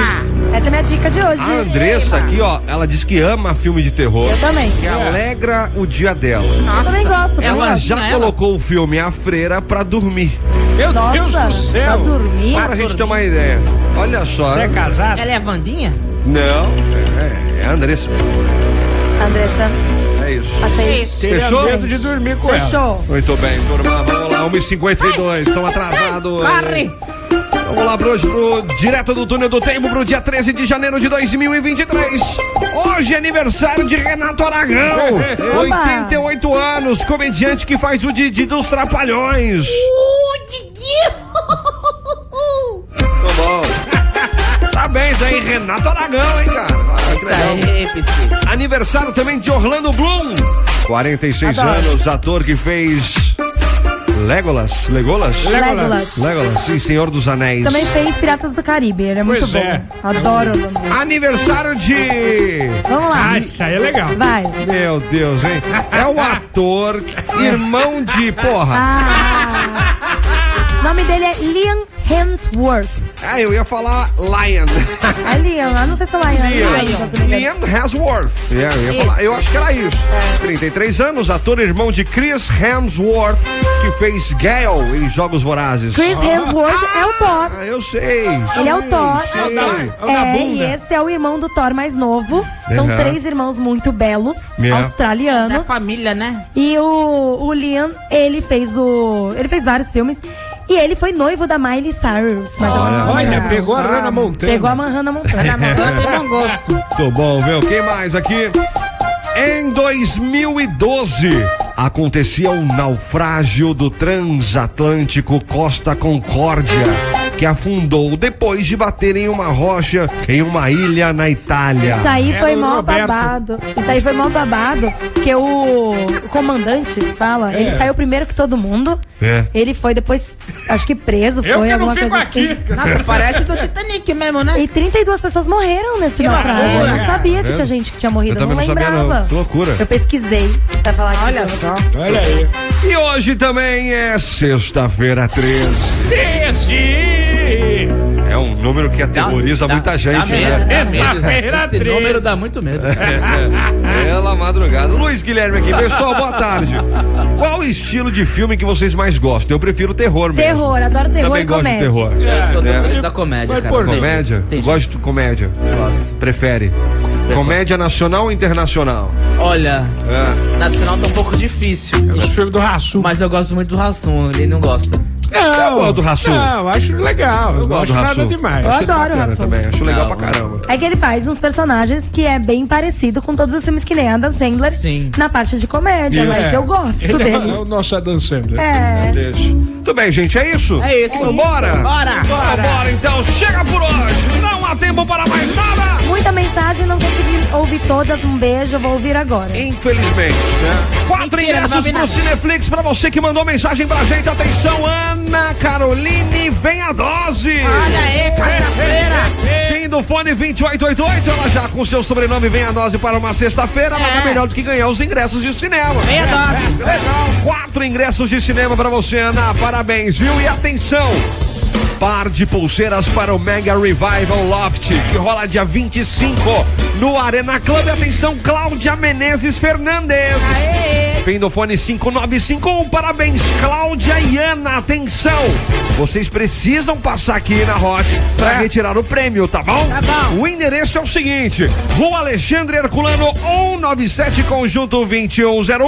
Essa é a minha dica de hoje. A Andressa aqui, ó, ela diz que ama filme de terror. Eu também. Que alegra o dia dela. Eu também gosto. também Ela gosto. já colocou o filme A Freira pra dormir. Meu Nossa, Deus do céu. pra dormir? Só pra gente ter uma ideia. Olha só. Ela é a Vandinha? Não, é, é a Andressa. Andressa. É isso. Achei isso. Teria Fechou? medo de dormir com ela. Fechou. Muito bem, turma. Vamos lá, 1h52. Estão atrasados. Corre! Vamos lá, pro, pro direto do túnel do tempo, pro dia 13 de janeiro de 2023. Hoje é aniversário de Renato Aragão. Opa! 88 anos, comediante que faz o Didi dos Trapalhões. Tá bom. Parabéns aí, Renato Aragão, hein, cara? Ah, que legal. Aniversário também de Orlando Bloom. 46 Adoro. anos, ator que fez Legolas, Legolas? Legolas. Legolas, sim, Senhor dos Anéis. Também fez Piratas do Caribe, ele é muito Pois bom. é. Adoro. Aniversário de. Vamos Ah, lá. é Vai. Meu Deus, hein? É o ator, irmão de porra. O Ah. nome dele é Liam Hemsworth. Ah, eu ia falar Lion. É Liam, eu não sei se é Liam. Liam. Liam Hemsworth. É, eu, ia falar- eu acho que era isso. É. 33 anos, ator irmão de Chris Hemsworth, que fez Gale em Jogos Vorazes. Chris Hemsworth é o Thor. Ah, eu sei. Ele é o Thor. Sei, sei. É, e esse é o irmão do Thor mais novo. São Uhum. três irmãos muito belos, Yeah. australianos. Da família, né? E o, o Liam, ele fez o. Ele fez vários filmes. E ele foi noivo da Miley Cyrus. Mas ela não É Olha, era. pegou a né? Hannah Montana. Pegou a Hannah Montana. gosto. Muito bom, viu? Quem mais aqui? Em 2012, acontecia o naufrágio do transatlântico Costa Concórdia, que afundou depois de bater em uma rocha em uma ilha na Itália. Isso aí foi mó babado. Isso aí foi mó babado. Porque o, o comandante, que se fala, É. ele saiu primeiro que todo mundo. É. Ele foi depois, acho que preso, Eu foi que não alguma fico coisa aqui. assim. Nossa, parece do Titanic mesmo, né? E 32 pessoas morreram nesse Que naufrágio. Eu loucura, não sabia que cara. Tá tinha gente que tinha morrido, Eu eu não também não sabia, lembrava. não. Que loucura. Eu pesquisei pra falar aqui. Olha só. Olha aí. E hoje também é sexta-feira 13. Desce! É um número que aterroriza Dá- muita dá- gente. né? É dá medo, dá medo. Sexta-feira, Tá Esse três. número dá muito medo. É, Bela madrugada. Luiz Guilherme aqui. Pessoal, boa tarde. Qual o estilo de filme que vocês mais gostam? Eu prefiro terror mesmo. Terror, adoro terror Também e gosto comédia. de terror. É, Eu sou da- eu sou da comédia, cara. É. Comédia? Tu gosta de comédia? Gosto. Prefere? Comédia nacional ou internacional? Olha, É. nacional tá um pouco difícil. Os filmes do Rassum. Mas eu gosto muito do Rassum, ele não gosta. eu gosto do Rassum. Não, acho legal. Eu, Eu gosto gosto do nada Rassum. demais. Eu adoro o Cara, Rassum. também acho legal pra caramba. É que ele faz uns personagens que é bem parecido com todos os filmes que nem Adam Sandler Sim. na parte de comédia, mas Isso. eu gosto Ele é dele. o- é o nosso Adam Sandler. É. Tudo bem, gente, é isso? É isso. Vambora! Bora. Bora! Bora, então, chega por hoje! Não há tempo para mais nada! Muita mensagem, não consegui ouvir todas. Um beijo, vou ouvir agora. Infelizmente, né? Quatro Mentira, não ingressos ouvi pro nada. Cineflix pra você que mandou mensagem pra gente. Atenção, Ana Caroline, vem a dose! Olha aí, quarta-feira! Fim do fone 2888, ela já com seu sobrenome vem a dose para uma sexta-feira, nada melhor do que ganhar os ingressos de cinema. É. Vem a dose. Legal! Quatro ingressos de cinema pra você, Ana, parabéns, viu? E atenção! Par de pulseiras para o Mega Revival Loft, que rola dia 25 no Arena Club. Atenção, Cláudia Menezes Fernandes. Fim do fone 5951. Parabéns, Cláudia e Ana. Atenção, vocês precisam passar aqui na Hot É. para retirar o prêmio, tá bom? Tá bom. O endereço é o seguinte: Rua Alexandre Herculano 197, Conjunto 2101,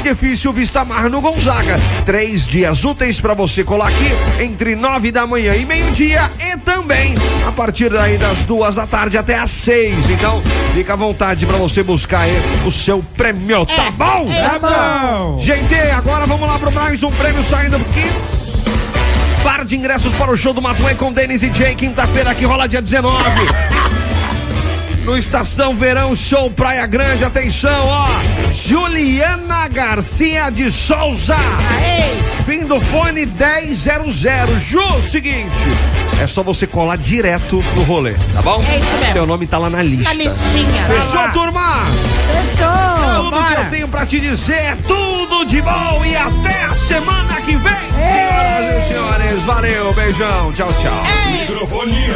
Edifício Vista Mar no Gonzaga. Três dias úteis para você colar aqui entre nove da manhã e meio-dia e também a partir daí das duas da tarde até às seis. Então, fica à vontade para você buscar aí o seu prêmio, tá bom? é isso. Gente, agora vamos lá para mais um prêmio saindo aqui. Par de ingressos para o show do Matuê com Denis e Jay, quinta-feira que rola dia 19. No Estação Verão Show Praia Grande, atenção, ó. Juliana Garcia de Souza. Fim do fone 1000. Ju, seguinte. É só você colar direto no rolê, tá bom? É isso mesmo. Teu nome tá lá na lista. Fechou, turma? Fechou! Tudo que eu tenho pra te dizer é tudo de bom e até a semana que vem, senhoras e senhores. Valeu, beijão, tchau, tchau. Microfonia. um